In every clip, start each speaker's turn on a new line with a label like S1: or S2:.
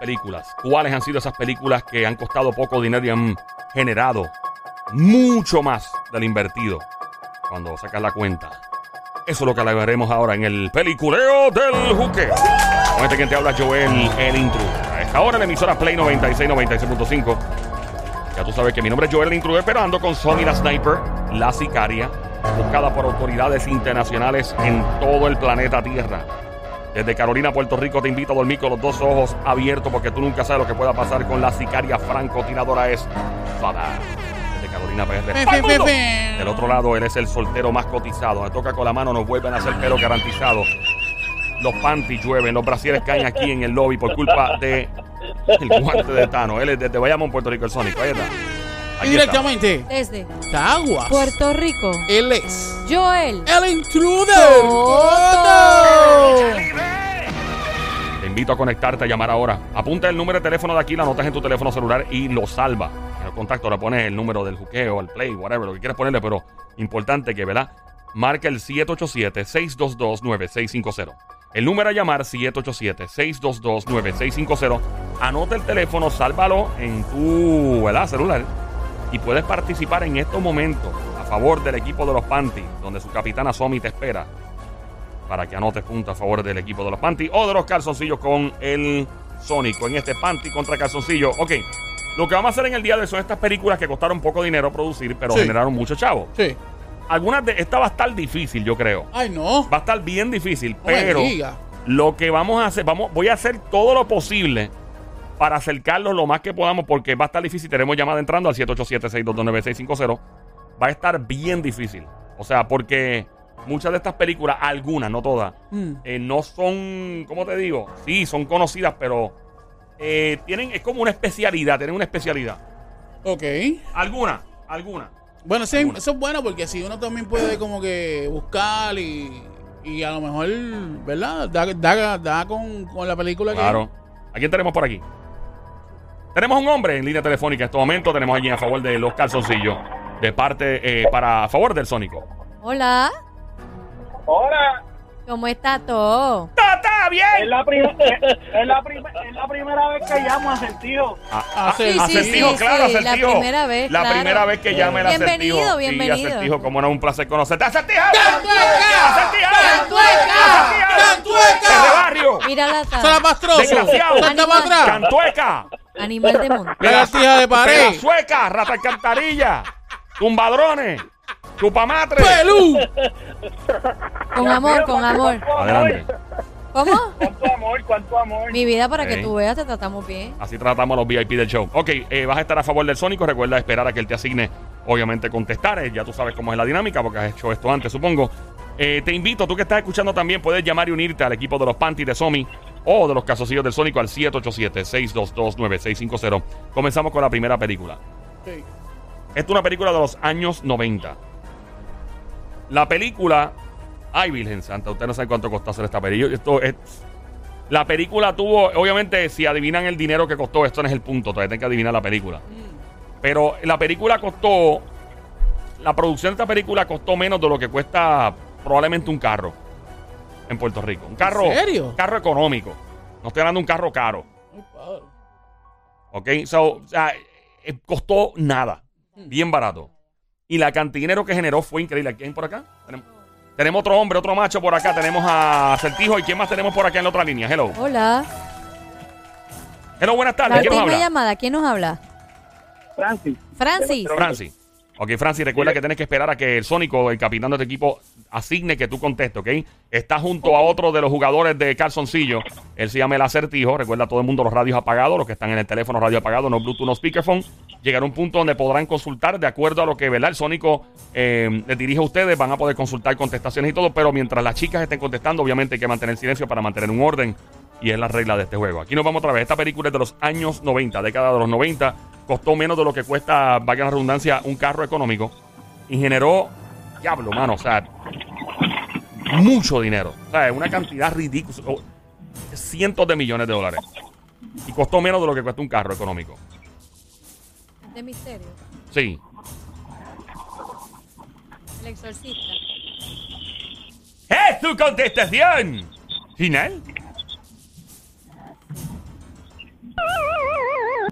S1: Películas. ¿Cuáles han sido esas películas que han costado poco dinero y han generado mucho más del invertido cuando sacas la cuenta? Eso es lo que hablaremos ahora en el peliculeo del juqueo. Con este quien te habla Joel, el intruder. A esta hora en la emisora Play 96, 96.5. Ya tú sabes que mi nombre es Joel, el intruder, pero ando con Sony, la sniper, la sicaria, buscada por autoridades internacionales en todo el planeta Tierra. Desde Carolina, Puerto Rico, te invito a dormir con los dos ojos abiertos porque tú nunca sabes lo que pueda pasar con la sicaria francotiradora es Fada. Desde Carolina PR.
S2: Fe,
S1: ¡Pa'l
S2: fe, fe,
S1: mundo!
S2: fe.
S1: Del otro lado, él es el soltero más cotizado. Me toca con la mano, nos vuelven a hacer pelo garantizado. Los panties llueven, los brasieres caen aquí en el lobby por culpa de el guante de Tano. Él es desde Bayamón, Puerto Rico, el Sónico. Ahí está.
S2: Y
S1: Aquí
S2: directamente,
S3: Desde
S2: Caguas.
S3: Puerto Rico,
S2: Él es
S3: Joel.
S2: el intruder.
S3: Coto.
S2: Coto.
S1: está. Te invito a conectarte, a llamar ahora. Apunta el número de teléfono de aquí, la notas en tu teléfono celular y lo salva. En el contacto le pones el número del juqueo, el play, whatever, lo que quieras ponerle, pero importante que, ¿verdad? Marca el 787-622-9650. El número a llamar 787-622-9650. Anota el teléfono, sálvalo en tu ¿verdad? celular. y puedes participar en estos momentos a favor del equipo de los Panties, donde su capitana Somi te espera para que anotes puntos a favor del equipo de los Panties o de los calzoncillos con el Sónico en este Panty contra calzoncillo. Ok, lo que vamos a hacer en el día de hoy son estas películas que costaron poco dinero producir, pero
S2: Sí.
S1: generaron mucho chavo.
S2: Sí.
S1: Algunas de estas va a estar difícil, yo creo.
S2: Ay, no.
S1: Va a estar bien difícil,
S2: me
S1: pero
S2: diga.
S1: lo que vamos a hacer, vamos, voy a hacer todo lo posible para acercarlos lo más que podamos porque va a estar difícil. Tenemos llamada entrando al 787-622-9650. Va a estar bien difícil. O sea, porque muchas de estas películas, algunas, no todas,
S2: Mm.
S1: eh, no son, ¿cómo te digo? Sí, son conocidas, pero eh, tienen, es como una especialidad, tienen una especialidad.
S2: Ok.
S1: Alguna, alguna.
S2: Bueno, sí,
S1: Alguna.
S2: eso es bueno porque así uno también puede como que buscar y, y a lo mejor, ¿verdad? Da, da, da con, con la película que...
S1: Claro. ¿A quién tenemos por aquí? Tenemos un hombre en línea telefónica en este momento. Tenemos allí a favor de los calzoncillos. De parte, eh, para a favor del Sónico.
S3: Hola,
S4: Hola,
S3: ¿cómo está todo?
S1: ¡Está, está
S4: es
S1: bien!
S4: la, prim- es, es la prim- es la primera vez que llamo a Acertijo.
S2: Hacer-
S3: Sí, sí,
S1: acertijo,
S3: sí,
S1: claro,
S3: sí, la
S1: acertijo.
S3: primera vez,
S1: La
S3: claro.
S1: primera vez que llame el
S3: Bienvenido,
S1: acertijo. Sí,
S3: bienvenido.
S1: acertijo, como no, un placer conocerte. ¡Acertijo!
S2: ¡Cantueca!
S1: ¡Acertijo!
S3: ¡Cantueca!
S1: ¡Acertijo!
S2: ¡Cantueca!
S1: ¡Es de barrio!
S3: Mira la tabla.
S2: ¡Zarapastroso!
S1: Desgraciado.
S2: ¡Salta para atrás!
S1: ¡Cantueca!
S3: Animal de monte.
S2: Pega tija de pared.
S1: ¡Sueca! ¡Rata alcantarilla! ¡Tumbadrones! ¡Chupamatre!
S2: ¡Pelú!
S3: Con amor, con amor.
S1: Adelante.
S3: ¿Cómo?
S4: Cuánto amor, cuánto amor.
S3: Mi vida, para que
S1: Ok.
S3: tú veas, te tratamos bien.
S1: Así tratamos a los VIP del show. Ok, eh, vas a estar a favor del Sónico. Recuerda esperar a que él te asigne, obviamente, contestar. Eh, Ya tú sabes cómo es la dinámica porque has hecho esto antes, supongo. Eh, te invito, tú que estás escuchando también, puedes llamar y unirte al equipo de los Panties de Somi o de los casosillos del Sónico al 787-622-9650. Comenzamos con la primera película.
S2: Sí.
S1: Esta es una película de los años 90. La película. Ay, Virgen Santa, ustedes no saben cuánto costó hacer esta película. Esto es. La película tuvo, obviamente, si adivinan el dinero que costó, esto no es el punto, todavía tienen que adivinar la película. Pero la película costó, la producción de esta película costó menos de lo que cuesta probablemente un carro en Puerto Rico. Un carro,
S2: serio?
S1: carro económico. No estoy hablando de un carro caro. ¿Ok? So, o sea, eh, costó nada. Bien barato. Y la cantidad de dinero que generó fue increíble. ¿Quién por acá? Tenemos, tenemos otro hombre, otro macho por acá. Tenemos a Certijo. ¿Y quién más tenemos por acá en la otra línea? Hello.
S3: Hola.
S1: Hello, buenas tardes.
S3: La
S1: ¿Quién nos
S3: última
S1: habla?
S3: llamada, ¿quién nos habla?
S4: Francis,
S3: Francis.
S1: Francis. Ok, Francis, recuerda que tienes que esperar a que el Sónico, el capitán de tu equipo, asigne que tú contestes, ¿ok? Está junto a otro de los jugadores de Calzoncillo. Él se llama el acertijo. Recuerda a todo el mundo los radios apagados, los que están en el teléfono radio apagado, no Bluetooth, no speakerphone. Llegará un punto donde podrán consultar de acuerdo a lo que, ¿verdad? El Sónico eh, les dirige a ustedes. Van a poder consultar contestaciones y todo, pero mientras las chicas estén contestando, obviamente hay que mantener silencio para mantener un orden. Y es la regla de este juego. Aquí nos vamos otra vez. Esta película es de los años 90, década de los 90. Costó menos de lo que cuesta, valga la redundancia, un carro económico. Y generó, diablo, mano, o sea, mucho dinero. O sea, una cantidad ridícula. o- cientos de millones de dólares. Y costó menos de lo que cuesta un carro económico.
S3: De misterio.
S1: Sí.
S3: El exorcista.
S1: es tu contestación final.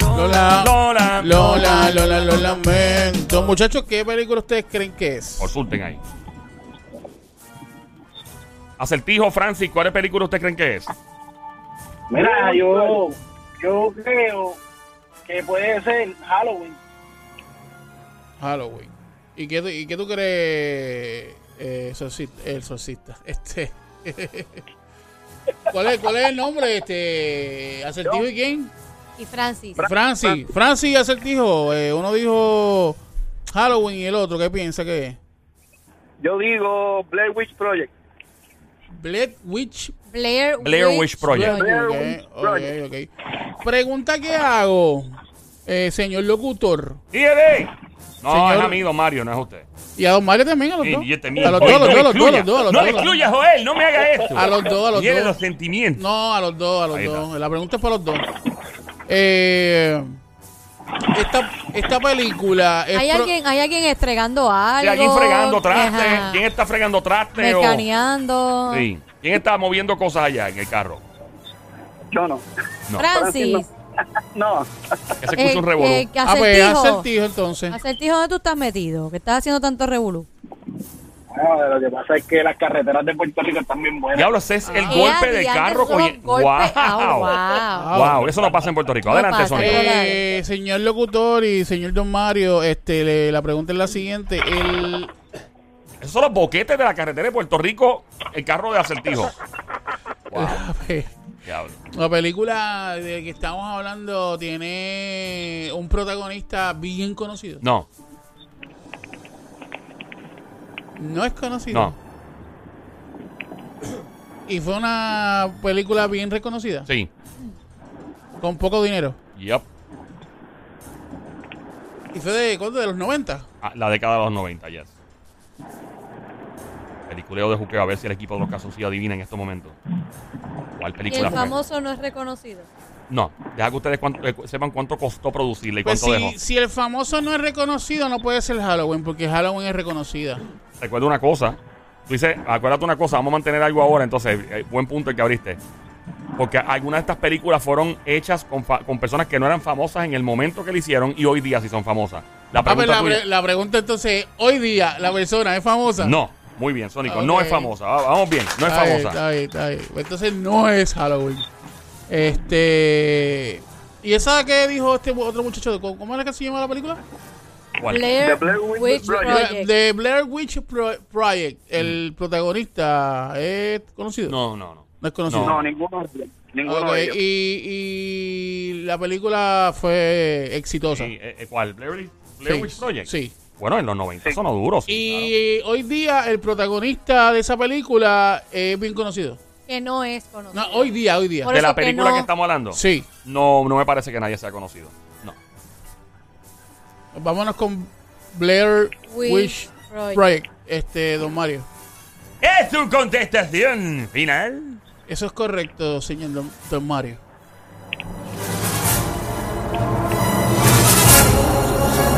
S2: Lola,
S1: Lola.
S2: Lola, Lola, lo lamento. Muchachos, ¿qué película ustedes creen que es?
S1: Consulten ahí. Acertijo, Francis, ¿cuál es película usted creen que es?
S4: Mira, yo, yo creo que puede ser Halloween.
S2: Halloween. ¿Y qué, tú- ¿Y qué tú crees, eh, sorci- el sorcista? Este. ¿Cuál es, ¿Cuál es el nombre? Este, ¿Acertijo y quién?
S3: Y Francis.
S2: Francis. Francis y Acertijo. Eh, uno dijo Halloween y el otro, ¿qué piensa que es?
S5: Yo digo Blair Witch Project.
S2: Blair Witch
S3: Blair,
S1: Blair Witch Project.
S2: Blair Witch
S5: Witch
S2: Project. ok, ok. Pregunta que hago, eh, señor locutor.
S1: ¡Dígame! No,
S2: Señor-
S1: es amigo Mario, no es usted.
S2: Y a don Mario también, a los
S1: Y-
S2: dos.
S1: y este
S2: a
S1: mismo.
S2: los dos, a los
S1: Oye,
S2: dos, a
S1: no
S2: los
S1: me
S2: dos,
S1: excluya,
S2: a los dos, a los
S1: No
S2: dos.
S1: me excluya, Joel, no me haga esto.
S2: A los dos, a los
S1: Viene
S2: dos.
S1: los sentimientos.
S2: No, a los dos, a los
S1: Ahí
S2: dos. La pregunta es para los dos. Eh, esta, esta película es
S3: ¿Hay
S2: pro-
S3: alguien, hay alguien estregando
S1: Sí,
S3: algo.
S1: alguien fregando traste.
S3: Ajá.
S1: ¿Quién está fregando traste? O...
S3: Mecaneando.
S1: Sí. ¿Quién está moviendo cosas allá en el carro?
S5: Yo no.
S1: No.
S3: Francis.
S5: No.
S1: Que se escucha
S3: eh,
S1: un revolú.
S3: eh, que
S2: Ah, pues
S3: acertijo.
S2: acertijo entonces.
S3: Acertijo, ¿dónde tú estás metido? Que estás haciendo tanto revolú.
S4: Bueno, Ah, lo que pasa es que las carreteras de Puerto Rico están bien buenas.
S1: Diablo, ese es el
S3: Ah.
S1: golpe
S3: Eh,
S1: del
S3: adiante,
S1: carro.
S3: esos son
S1: cogi-
S3: golpes.
S1: ¡Wow!
S3: Ah,
S1: wow. eso no pasa en Puerto Rico.
S3: No
S1: Adelante,
S3: pasa.
S1: Sonic.
S2: Eh, señor locutor y señor don Mario, este, le- la pregunta es la siguiente. El,
S1: Esos son los boquetes de la carretera de Puerto Rico, el carro de acertijo. Wow, diablo.
S2: La película de que estamos hablando tiene un protagonista bien conocido.
S1: No,
S2: No es conocido.
S1: no,
S2: Y fue una película bien reconocida.
S1: sí.
S2: Con poco dinero.
S1: Yep.
S2: Y fue de, ¿cuánto? de los 90.
S1: Ah, la década de los 90, yes. Peliculeo de juqueo, a ver si el equipo de los casoncillos adivina en estos momentos. ¿Cuál
S3: Y
S1: película
S3: el
S1: fue?
S3: famoso no es reconocido.
S1: No, deja que ustedes cuánto- eh, sepan cuánto costó producirla y
S2: Pues
S1: cuánto
S2: si,
S1: dejó.
S2: si el famoso no es reconocido, no puede ser Halloween, porque Halloween es reconocida.
S1: Recuerda una cosa. Tú dices, acuérdate una cosa, vamos a mantener algo ahora. Entonces, eh, buen punto el que abriste. Porque algunas de estas películas fueron hechas con, fa- con personas que no eran famosas en el momento que le hicieron y hoy día sí son famosas. La
S2: Ah, pues
S1: pregunta
S2: la,
S1: tuya-
S2: pre- la pregunta entonces, hoy día, ¿la persona es famosa?
S1: No, muy bien, Sónico. No
S2: Ok.
S1: es famosa. Va- Vamos bien, no es
S2: Está bien,
S1: famosa.
S2: está bien, está bien. Pues Entonces no es Halloween. Este... ¿Y esa que dijo este mu- otro muchacho? ¿Cómo cómo era que se llama la película?
S1: ¿Cuál?
S3: Blair,
S5: The Blair Witch
S3: Witch
S5: Project.
S3: Project.
S2: The Blair Witch Pro- Project. El protagonista es conocido.
S1: Mm. No, no, no.
S2: No es conocido. Ah,
S5: No, ninguno. de ellos. Ninguno
S2: Ok,
S5: de ellos.
S2: y, y la película fue exitosa.
S1: Sí, eh, eh, ¿Cuál? Blair, Witch- Blair
S2: Sí,
S1: Witch Project.
S2: sí.
S1: Bueno, en los 90 son sonó duro. sí,
S2: Y hoy día el protagonista de esa película es bien conocido.
S3: Que no es conocido.
S2: No, hoy día, hoy día.
S1: claro.
S3: Por
S1: De
S3: eso
S1: la
S3: que
S1: película que,
S3: no-
S1: estamos hablando.
S2: Sí.
S1: No, no me parece que nadie sea conocido. No.
S2: Vámonos con Blair
S3: Witch
S2: Witch
S3: Project.
S2: Project. Este, don Mario.
S1: ¿Es tu contestación final?
S2: Eso es correcto, señor don, don Mario.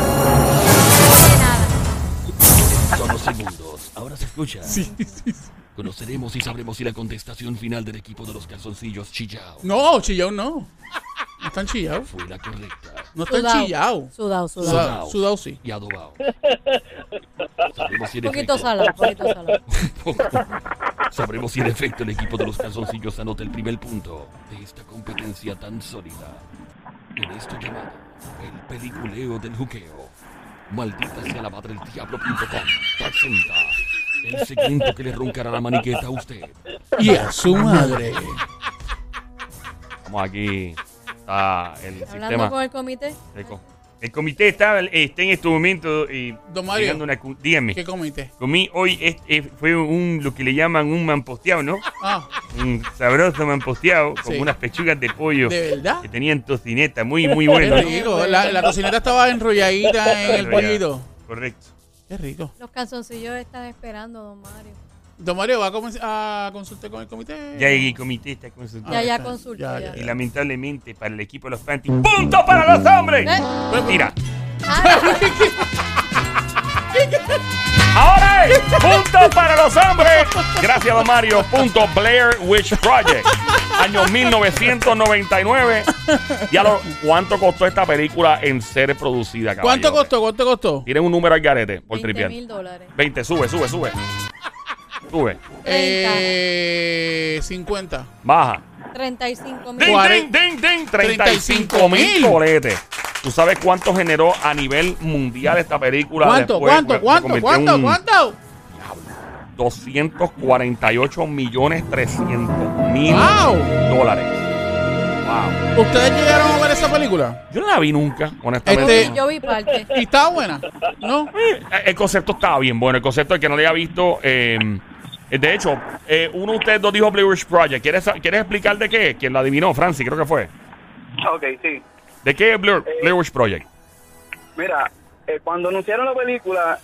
S3: De nada.
S6: Somos segundos. Ahora se escucha. Conoceremos y sabremos si la contestación final del equipo de los calzoncillos chillao
S2: No, chillao no. No están chillados.
S6: fue la correcta.
S2: No están
S3: Sudao.
S2: chillados.
S3: Sudado, sudado.
S2: Sudao,
S6: Sudao.
S2: sudao sí.
S6: Y adobao. Sabremos si en
S3: Un poquito
S6: efecto,
S3: salado, un poquito salado.
S6: sabremos si en efecto el equipo de los calzoncillos anota el primer punto de esta competencia tan sólida. En esto llamado el peliculeo del juqueo. Maldita sea la madre del diablo.com. Presenta el segmento que le roncará la maniqueta a usted.
S2: Y a su madre.
S1: Vamos aquí. Está el
S3: Hablando
S1: sistema.
S3: con el comité.
S1: El, co- el comité está, está en este momento y
S2: Don Mario.
S1: llegando una cu- dígame.
S2: ¿Qué comiste?
S1: Comí hoy es- es- fue un lo que le llaman un mamposteado, ¿no?
S2: Ah,
S1: Un sabroso mamposteado con
S2: Sí.
S1: unas pechugas de pollo
S2: ¿de verdad?
S1: que tenían tocineta, muy muy bueno.
S2: Qué rico. La, la cocineta estaba enrolladita en el pollito.
S1: Correcto.
S2: Qué rico.
S3: Los calzoncillos están esperando, don Mario.
S2: Don Mario, ¿va a, comenz- a consultar con el comité?
S1: Ya el comité está consultado.
S3: Ya,
S2: Ah,
S3: ya
S2: está.
S3: consulta.
S2: Ya,
S3: Ya,
S1: Y lamentablemente para el equipo de los Panties. ¡Punto para los hombres! Pues
S3: ¿Eh?
S1: Mira,
S3: Ah,
S1: ahora ¡Ey! ¡Punto para los hombres! Gracias, don Mario. Punto Blair Witch Project. Año 1999. Ya lo, ¿Cuánto costó esta película en ser producida, caballo?
S2: ¿Cuánto costó? ¿Cuánto costó?
S1: Tienen un número al garete por
S3: 20
S1: tripiar.
S3: mil dólares.
S1: 20, sube, sube, sube. Sube,
S2: Eh, 50.
S1: baja.
S3: 35 mil.
S1: ¡Ding,
S2: Cuare-
S1: ding, ding, ding! 35 mil
S2: 35,000
S1: boletes. ¿Tú sabes cuánto generó a nivel mundial esta película?
S2: ¿Cuánto?
S1: Después, pues, se
S2: ¿Cuánto? ¿Cuánto?
S1: convirtió en
S2: ¿Cuánto?
S1: un-
S2: ¿Cuánto?
S1: 248 millones 300 mil
S2: ¡Wow!
S1: dólares. Wow.
S2: ¿Ustedes llegaron a ver esa película?
S1: Yo no la vi nunca,
S3: Yo
S1: honestamente.
S2: Este-
S3: vi- yo vi parte.
S2: ¿Y estaba buena? ¿No?
S1: Eh, El concepto estaba bien bueno. El concepto de que no le haya visto. eh, eh, de hecho, eh, uno de ustedes dos dijo Blair Witch Project. ¿Quieres, sa- ¿Quieres explicar de qué? Quien la adivinó, Francis, creo que fue.
S5: Ok, sí.
S1: ¿De qué es Blair, Blair Witch Project?
S5: Mira, eh, cuando anunciaron la película,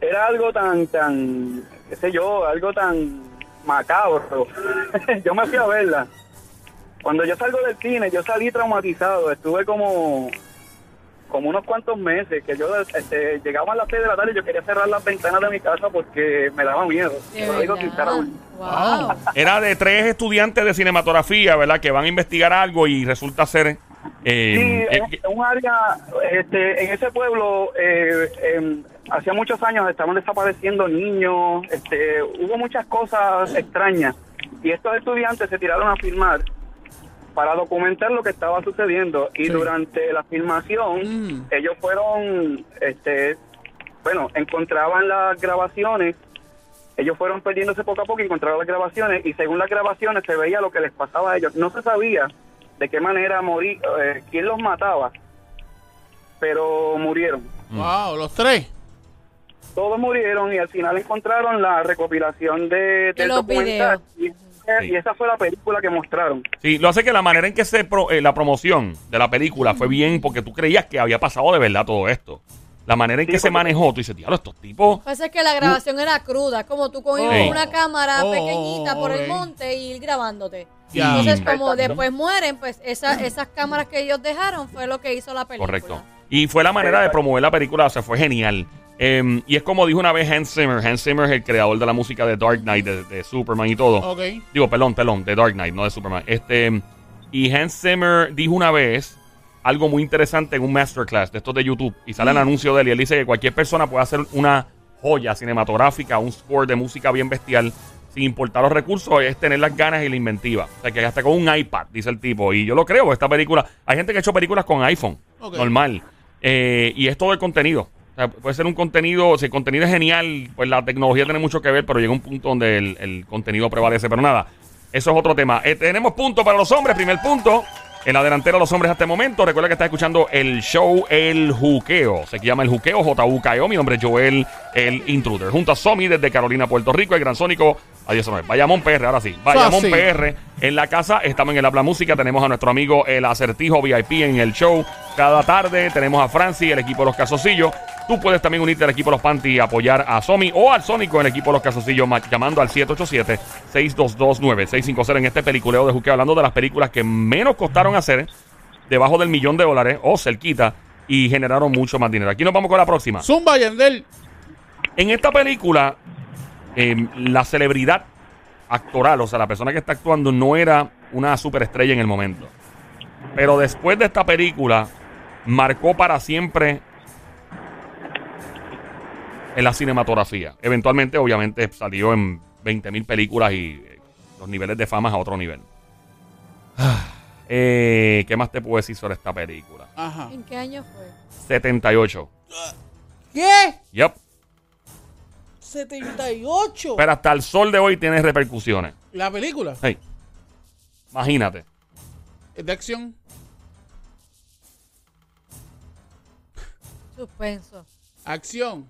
S5: era algo tan, tan, qué sé yo, algo tan macabro. yo me fui a verla. Cuando yo salgo del cine, yo salí traumatizado. Estuve como, como unos cuantos meses que yo este, llegaba a las 6 de la tarde y yo quería cerrar las ventanas de mi casa porque me daba miedo.
S3: De
S5: Te lo digo
S3: verdad.
S5: sinceramente.
S3: Wow.
S1: Era de tres estudiantes de cinematografía, ¿verdad? Que van a investigar algo y resulta ser. eh,
S5: Sí,
S1: eh,
S5: un- un área, este, en ese pueblo, eh, em, hacía muchos años estaban desapareciendo niños, este, hubo muchas cosas extrañas. Y estos estudiantes se tiraron a filmar para documentar lo que estaba sucediendo. Y
S2: Sí.
S5: durante la filmación,
S2: Mm.
S5: ellos fueron, este, bueno, encontraban las grabaciones. Ellos fueron perdiéndose poco a poco y encontraron las grabaciones y según las grabaciones se veía lo que les pasaba a ellos. No se sabía de qué manera morir, eh, quién los mataba, pero murieron.
S1: Mm.
S2: ¡Wow! Los tres.
S5: Todos murieron y al final encontraron la recopilación de, del
S3: los
S5: documental. Y,
S1: Sí.
S5: y esa fue la película que mostraron.
S1: Sí, lo hace que la manera en que se pro- eh, la promoción de la película fue bien porque tú creías que había pasado de verdad todo esto. La manera en
S5: Sí,
S1: que se
S5: porque-
S1: manejó, tú dices, diablo, estos tipos.
S3: Pasa que la grabación era cruda, como tú con
S2: Oh.
S1: Sí.
S3: una cámara
S2: Oh,
S3: pequeñita por
S2: ok.
S3: el monte y ir grabándote.
S2: Ya.
S3: Entonces, como
S5: Exacto.
S3: después mueren, pues esa- esas cámaras que ellos dejaron fue lo que hizo la película.
S1: Correcto. Y fue la manera de promover la película, o sea, fue genial. Eh, y es como dijo una vez Hans Zimmer. Hans Zimmer es el creador de la música de Dark Knight, de, de Superman y todo.
S2: Ok.
S1: Digo, perdón, perdón, de Dark Knight, no de Superman. Este, y Hans Zimmer dijo una vez algo muy interesante en un masterclass de estos de YouTube. Y sale el anuncio de él y él dice que cualquier persona puede hacer una joya cinematográfica, un score de música bien bestial, sin importar los recursos, es tener las ganas y la inventiva. O sea, que hasta con un iPad, dice el tipo. Y yo lo creo, esta película. Hay gente que ha hecho películas con iPhone,
S2: Ok.
S1: normal. Eh, y es todo el contenido. O sea, puede ser un contenido, si el contenido es genial, pues la tecnología tiene mucho que ver, pero llega un punto donde el, el contenido prevalece. Pero nada, eso es otro tema. Eh, tenemos punto para los hombres, primer punto. En la delantera los hombres hasta el momento. Recuerda que estás escuchando el show El Juqueo. Se llama El Juqueo, J.U.K.O. E Mi nombre es Joel, el intruder. Junto a Somi desde Carolina, Puerto Rico, el gran sónico. Adiós, Manuel. Bayamón PR, ahora sí. Bayamón
S2: Fácil.
S1: PR. En la casa estamos en el Habla Música. Tenemos a nuestro amigo el acertijo VIP en el show. Cada tarde tenemos a Franci, el equipo de los Casosillos. Tú puedes también unirte al equipo de los Panty y apoyar a Somi o al Sónico en el equipo de los Casosillos ma- llamando al 787-622-9650 en este peliculeo de Juque hablando de las películas que menos costaron hacer debajo del millón de dólares o cerquita y generaron mucho más dinero. Aquí nos vamos con la próxima.
S2: Zumba Yandel.
S1: En esta película, eh, la celebridad actoral, o sea, la persona que está actuando, no era una superestrella en el momento. Pero después de esta película, marcó para siempre en la cinematografía. Eventualmente, obviamente, salió en 20.000 películas y eh, los niveles de fama es a otro nivel. Eh, ¿Qué más te puedo decir sobre esta película?
S2: Ajá.
S3: ¿En qué año fue?
S1: 78.
S2: ¿Qué?
S1: Yep.
S2: 78.
S1: Pero hasta el sol de hoy tiene repercusiones.
S2: La película
S1: Hey. Imagínate.
S2: es de acción.
S3: Suspenso.
S2: Acción.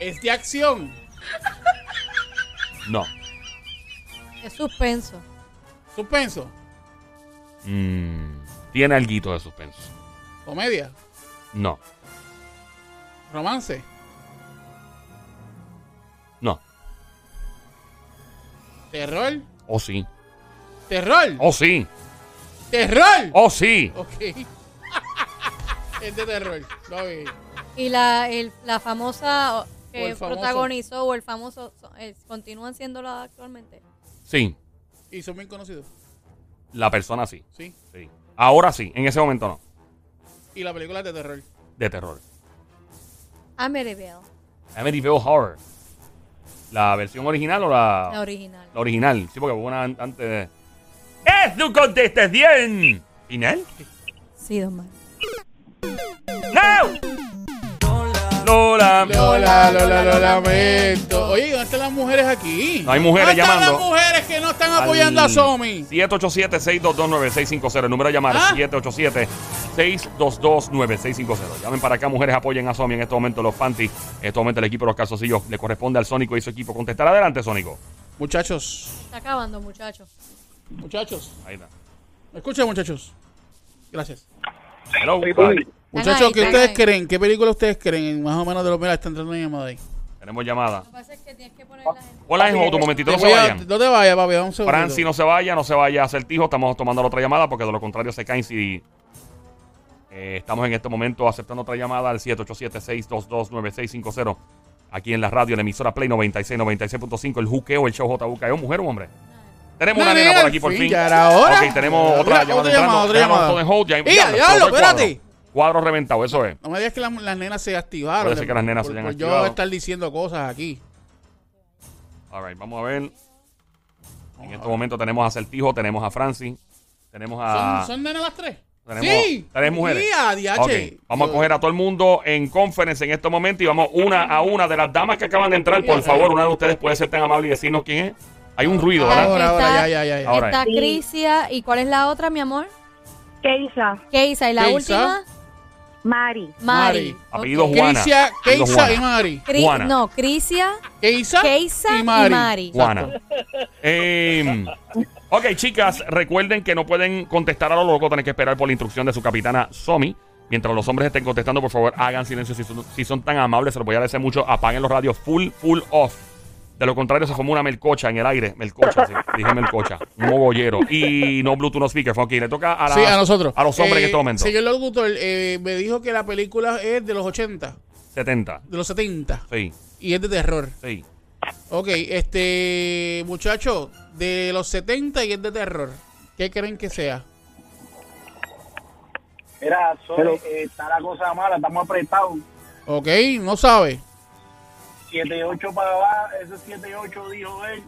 S2: Es de acción.
S1: No.
S3: Es suspenso.
S2: Suspenso.
S1: Mm, tiene alguito de suspenso.
S2: Comedia.
S1: No.
S2: Romance.
S1: No.
S2: Terror.
S1: O sí.
S2: Terror.
S1: O sí.
S2: Terror.
S1: O sí.
S2: Ok. es de terror. Gaby.
S3: Y la, el- la famosa o-
S2: O
S3: que
S2: el famoso.
S3: protagonizó o el famoso so- eh, continúan siéndolo actualmente.
S1: Sí,
S2: Y son bien conocidos,
S1: la persona sí.
S2: sí.
S1: sí. Ahora sí, en ese momento no.
S2: Y la película es de terror.
S1: De terror.
S3: Amityville,
S1: Amityville Horror. ¿La versión original o la,
S3: la original.
S1: la original? Sí, porque hubo una an- antes de... ¡Es tu contestes bien! ¿Final?
S3: Sí, don Mario.
S1: ¡No! Lola.
S2: Lola, Lola, lo lamento. Oye, ¿dónde están las mujeres aquí?
S1: No hay mujeres
S2: ¿Dónde están
S1: llamando.
S2: las mujeres que no están apoyando a Somi?
S1: 787-622-9650. El número de llamar
S2: ¿Ah?
S1: es 787-622-9650. Llamen para acá, mujeres, apoyen a Somi en este momento los panties. En este momento el equipo de los calzoncillos le corresponde al Sónico y su equipo. Contestar adelante, Sónico.
S2: Muchachos,
S3: Está acabando, muchachos.
S2: muchachos.
S1: Ahí está.
S2: ¿Me escuchan, muchachos? Gracias.
S1: Hello.
S4: Uy.
S2: Muchachos,
S3: ahí,
S2: ¿qué
S3: están
S2: ustedes
S3: ahí.
S2: creen? ¿Qué película ustedes creen? Más o menos de lo que está entrando una llamada ahí.
S1: Tenemos llamada.
S3: Lo que pasa es que tienes que poner la gente.
S1: Hola, en otro momentito, no
S2: eh, Te
S1: se
S2: voy a-
S1: vayan.
S2: no te vayas, papi, dame un segundo.
S1: Fran, si no se vaya, no se vaya a acertijo. Estamos tomando la otra llamada porque de lo contrario se caen si. eh, estamos en este momento aceptando otra llamada al 787-622-9650. Aquí en la radio, la emisora Play 96, 96.5, el juqueo, el show JUKEO, mujer o hombre. Tenemos una nena por aquí por fin.
S2: Ya era hora.
S1: Ok, tenemos
S2: Mira,
S1: otra llamada. entrando.
S2: otra
S1: Dejamos
S2: llamada.
S1: todo en hold. Ya,
S2: Mira,
S1: diablo,
S2: diablo,
S1: explotó el cuadro.
S2: espérate.
S1: Cuadro reventado, eso es.
S2: No me digas que las, las nenas se activaron.
S1: Puede ser que las nenas
S2: por-
S1: se hayan
S2: por Yo
S1: activado.
S2: voy a estar diciendo cosas aquí.
S1: All right, vamos a ver. En este momento tenemos a Acertijo, tenemos a Francis, tenemos a...
S2: ¿Son, son nenas las tres?
S1: Ah. Tenemos
S2: sí.
S1: tres mujeres.
S2: Sí, a DH.
S1: Ok, Vamos a coger a todo el mundo en conference en este momento y vamos una a una de las damas que acaban de entrar. Por favor, una de ustedes puede ser tan amable y decirnos quién es. Hay un ruido, ¿verdad?
S2: Ahora,
S3: Está-
S2: ahora, ya, ya, ya, ya.
S1: Ahora.
S3: Está
S7: Sí.
S3: Crisia. ¿Y cuál es la otra, mi amor?
S7: Keisa,
S3: Keisa. ¿Y la
S2: Keisa.
S3: última?
S7: Mari,
S3: Mari.
S2: Mari.
S1: Apellido
S3: Ok.
S1: Juan.
S2: Keisa,
S1: Digo
S2: Keisa
S1: Juana.
S2: y Mari.
S3: Cri-
S1: Juana.
S3: No, Crisia,
S2: Keisa,
S3: Keisa y Mari.
S1: Juana. Eh, ok, chicas, recuerden que no pueden contestar a lo loco, tienen que esperar por la instrucción de su capitana Somi. Mientras los hombres estén contestando, por favor, hagan silencio. Si son, si son tan amables, se los voy a agradecer mucho. Apaguen los radios full, full off. De lo contrario, se formó una melcocha en el aire. Melcocha, sí. Dije melcocha. Un mogollero. Y no Bluetooth, no speaker. Fue aquí. Le toca a, la-
S2: Sí, a nosotros.
S1: a los hombres
S2: Eh,
S1: en este momento.
S2: Señor locutor, eh, me dijo que la película es de los 80,
S1: 70.
S2: de los 70,
S1: Sí,
S2: y es de terror.
S1: sí.
S2: Ok, este muchacho, de los 70 y es de terror. ¿Qué creen que sea?
S4: Mira, Sony, eh, está la cosa mala, estamos apretados.
S2: Ok, no sabe.
S4: 7-8 para abajo, ese 7-8 dijo él.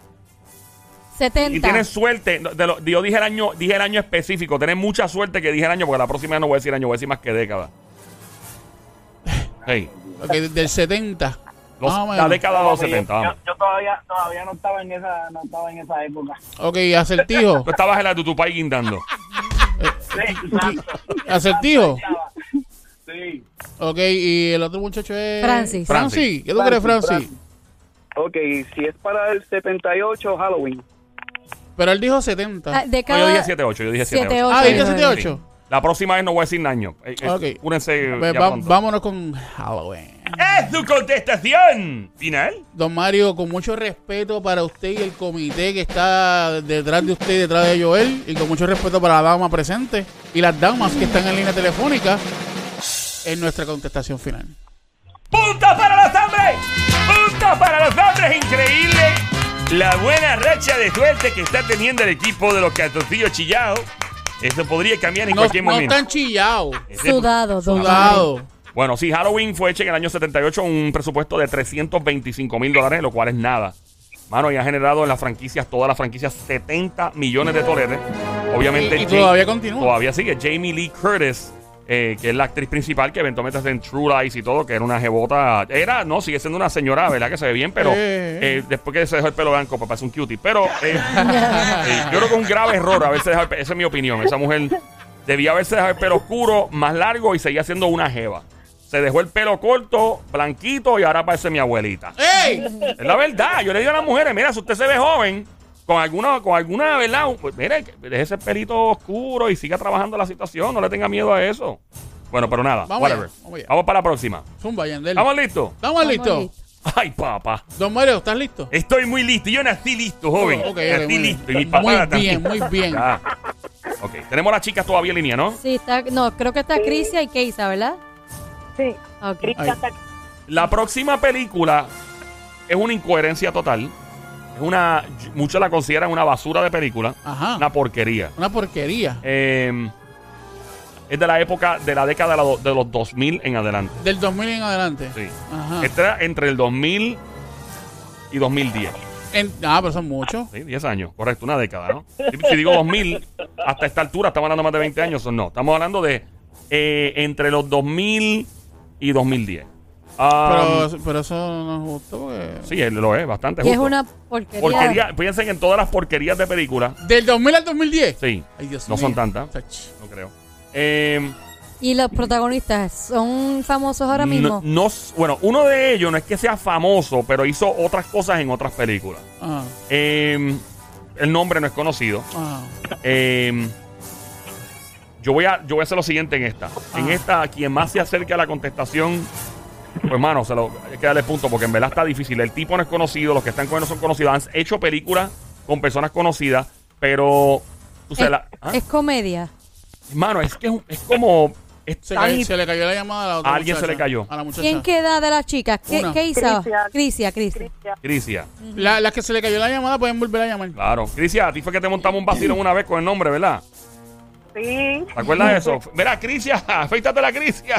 S3: 70.
S1: Y tienes suerte. no, de lo- yo dije el año, dije el año específico. Tienes mucha suerte que dije el año, porque la próxima no voy a decir año, voy a decir más que década. Hey,
S2: Ok, del 70.
S1: los-
S2: Más o
S1: la
S2: menos.
S1: década de los
S4: Papi,
S1: 70,
S4: yo-
S1: vamos.
S4: Yo, yo todavía, todavía no estaba en esa, no estaba en esa época.
S2: Ok, acertijo.
S1: Tú estabas en la Tutupay guindando.
S4: Sí, exacto.
S2: ¿Acertijo?
S4: Sí.
S2: Ok, y el otro muchacho es.
S3: Francis.
S2: Francis, ¿qué tú crees, Francis?
S5: Ok, si es para el 78, Halloween.
S2: Pero él dijo 70.
S3: Ah, de
S1: No,
S3: cada...
S1: yo dije 7-8, yo dije 7-8.
S2: ah, ¿dijiste
S3: Ocho, nueve.
S2: 78?
S1: La próxima vez no voy a decir año. Eh, eh,
S2: Ok.
S1: Únense
S2: Pues
S1: ya
S2: va-
S1: pronto.
S2: vámonos con Halloween.
S1: ¡Es tu contestación! ¿Final?
S2: Don Mario, con mucho respeto para usted y el comité que está detrás de usted y detrás de Joel, y con mucho respeto para la dama presente y las damas que están en línea telefónica, en nuestra contestación final.
S1: ¡Puntos para los hombres! ¡Puntos para los hombres! Increíble la buena racha de suerte que está teniendo el equipo de los Catoncillos Chillados. Eso podría cambiar en
S2: No,
S1: cualquier
S2: no
S1: momento.
S2: están chillados,
S1: Ese-
S3: Sudado, don Mario.
S2: sudados.
S1: Bueno, sí, Halloween fue hecho en el año 78 un presupuesto de 325 mil dólares, lo cual es nada. Mano, y ha generado en las franquicias, todas las franquicias, 70 millones de dólares. Obviamente,
S2: Y- y
S1: Jane-
S2: todavía continúa.
S1: Todavía sigue. Jamie Lee Curtis, eh, que es la actriz principal, que eventualmente está en True Lies y todo, que era una jebota. Era, no, sigue siendo una señora, ¿verdad? Que se ve bien, pero
S2: Eh.
S1: eh, después que se dejó el pelo blanco, papá, es un cutie. Pero eh, eh, yo creo que es un grave error haberse dejado el pe- Esa es mi opinión. Esa mujer debía haberse dejado el pelo oscuro, más largo y seguía siendo una jeva. Se dejó el pelo corto, blanquito y ahora parece mi abuelita.
S2: ¡Ey!
S1: Es la verdad. Yo le digo a las mujeres, mira, si usted se ve joven, con alguna, con alguna ¿verdad? Un- pues, mire, deje ese pelito oscuro y siga trabajando la situación. No le tenga miedo a eso. Bueno, pero nada.
S2: Vamos
S1: whatever.
S2: allá, vamos allá.
S1: Vamos para la próxima.
S2: Zumba, Yandel.
S1: ¿Estamos listos?
S2: ¿Estamos listos?
S3: listos.
S1: Ay, papá.
S2: Don Mario, ¿estás listo?
S1: Estoy muy listo. Yo nací listo, joven.
S2: Ok, ok,
S1: nací
S2: muy
S1: listo. Y
S2: bien.
S1: mis patadas
S2: Muy bien,
S1: también.
S2: muy bien.
S1: Ya. Ok, tenemos a las chicas todavía en línea, ¿no?
S3: Sí, está, no, creo que está Crisia y Keisa, ¿verdad?
S7: Sí.
S3: Ok.
S2: Ay.
S1: La próxima película es una incoherencia total. Es una. Muchos la consideran una basura de película.
S2: Ajá.
S1: Una porquería.
S2: Una porquería.
S1: Eh, es de la época, de la década de la do- de los 2000 en adelante.
S2: Del 2000 en adelante.
S1: Sí.
S2: Ajá.
S1: Está entre el 2000 y 2010.
S2: En- ah, pero son muchos.
S1: Sí, 10 años, correcto, una década, ¿no? Si, si digo 2000, hasta esta altura estamos hablando de más de 20 años, o no. Estamos hablando de eh, entre los 2000 y 2010. Ah,
S2: Pero, pero eso no es justo porque...
S1: sí, él lo es, bastante.
S3: Y es
S1: justo.
S3: una porquería.
S1: Porquería, piensen en todas las porquerías de películas.
S2: Del 2000 al 2010.
S1: Sí,
S2: Ay, Dios
S1: no
S2: mío.
S1: son tantas,
S2: Tach.
S1: no creo. Eh,
S3: Y los protagonistas son famosos ahora
S1: no,
S3: mismo.
S1: no s- bueno, uno de ellos no es que sea famoso, pero hizo otras cosas en otras películas.
S2: Ajá,
S1: Eh, el nombre no es conocido.
S2: ajá.
S1: Eh, yo, voy a, yo voy a hacer lo siguiente en esta. En
S2: Ah.
S1: esta, quien más se acerque a la contestación, pues mano, se lo, hay que darle punto porque en verdad está difícil. El tipo no es conocido, los que están con él no son conocidos. Han hecho películas con personas conocidas, pero... tú
S3: es,
S1: sabes, la- ¿ah?
S3: es comedia.
S1: Mano, es que es, un- es como... es
S2: Se,
S1: tan-
S2: cayó- se le cayó la llamada a la otra
S1: A alguien se
S2: muchacha,
S1: le cayó.
S2: A la muchacha.
S3: ¿Quién queda de las chicas? ¿Qué,
S2: Una.
S3: ¿qué hizo? Crisia,
S7: Crisia.
S3: Crisia.
S1: Crisia.
S2: La, las que se le cayó la llamada pueden volver a llamar.
S1: Claro. Crisia, a ti fue que te montamos un vacilón una vez con el nombre, ¿verdad?
S7: Sí.
S1: ¿Te acuerdas de eso? Verá, Crisia, afeítate la Crisia.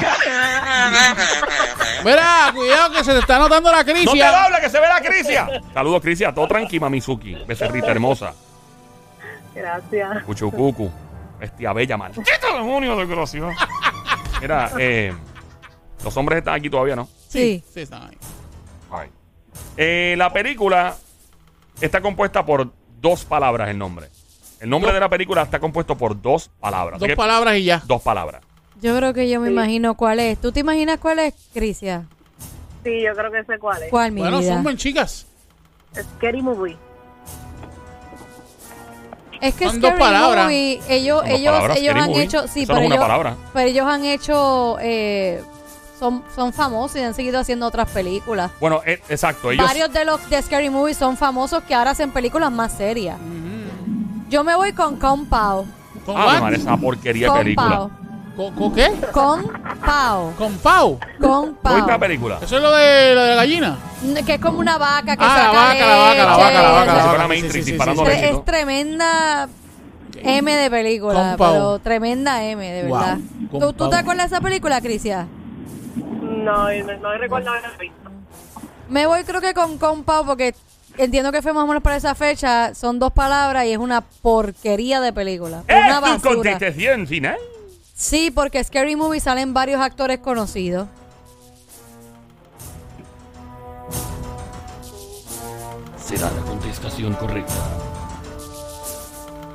S2: Verá, cuidado que se te está notando la crisis.
S1: ¡No te doble que se ve la Crisia! Saludos, Crisia. Todo tranqui, Mamizuki. Becerrita hermosa.
S7: Gracias.
S1: Cuchucucu. Bestia bella, maldito demonio desgraciado. Mira, eh, los hombres están aquí todavía, ¿no?
S2: Sí,
S3: Sí.
S2: sí, están ahí.
S1: Ay. Eh, la película está compuesta por dos palabras el nombre. El nombre de la película está compuesto por dos palabras.
S2: Dos
S1: ¿Qué?
S2: palabras y ya.
S1: Dos palabras.
S3: Yo creo que yo me imagino cuál es. ¿Tú te imaginas cuál es, Crisia?
S7: Sí, yo creo que sé cuál es.
S3: ¿Cuál, mi
S2: Bueno,
S3: vida?
S2: zumben, chicas.
S7: Scary Movie.
S3: Es que
S2: Son dos
S3: Scary
S2: palabras.
S3: Movie, ellos,
S1: Son dos
S3: ellos,
S1: palabras,
S3: ellos
S1: Scary
S3: han
S1: Movie.
S3: hecho, sí,
S1: Eso
S3: pero
S1: no es una
S3: ellos,
S1: palabra.
S3: pero ellos han hecho, eh, son, son famosos y han seguido haciendo otras películas.
S1: Bueno, eh, exacto. Ellos,
S3: Varios de los de Scary Movie son famosos que ahora hacen películas más serias. Yo me voy con Compound.
S2: ¿Con
S1: Ah,
S2: what?
S1: mi madre, esa porquería de película.
S3: Compound.
S2: ¿Con, con qué?
S3: Compound.
S2: Con Pau.
S1: ¿Cómo viste la
S3: Compound.
S1: película?
S2: Eso es lo de, lo de la gallina.
S3: Que es como una vaca que
S2: Ah, la
S3: saca
S2: vaca, la vaca, la
S3: leche.
S2: vaca, la vaca, la
S1: Como si
S2: vaca.
S1: fuera
S2: sí,
S1: Matrix
S2: sí, sí,
S1: disparando
S2: sí,
S3: Es,
S2: sí.
S1: lejitos.
S3: es tremenda M de película,
S2: Compound.
S3: pero tremenda M, de
S2: Wow.
S3: verdad. ¿Tú- ¿Tú,
S2: Compound.
S3: te acuerdas de esa película, Crisia?
S7: No, no, no recuerdo haberla visto.
S3: Me voy creo que con Compao porque entiendo que fue más o menos para esa fecha. Son dos palabras y es una porquería de película. Una
S1: ¡Es tu
S3: basura.
S1: contestación final!
S3: Sí, porque Scary Movie salen varios actores conocidos.
S6: será la contestación correcta.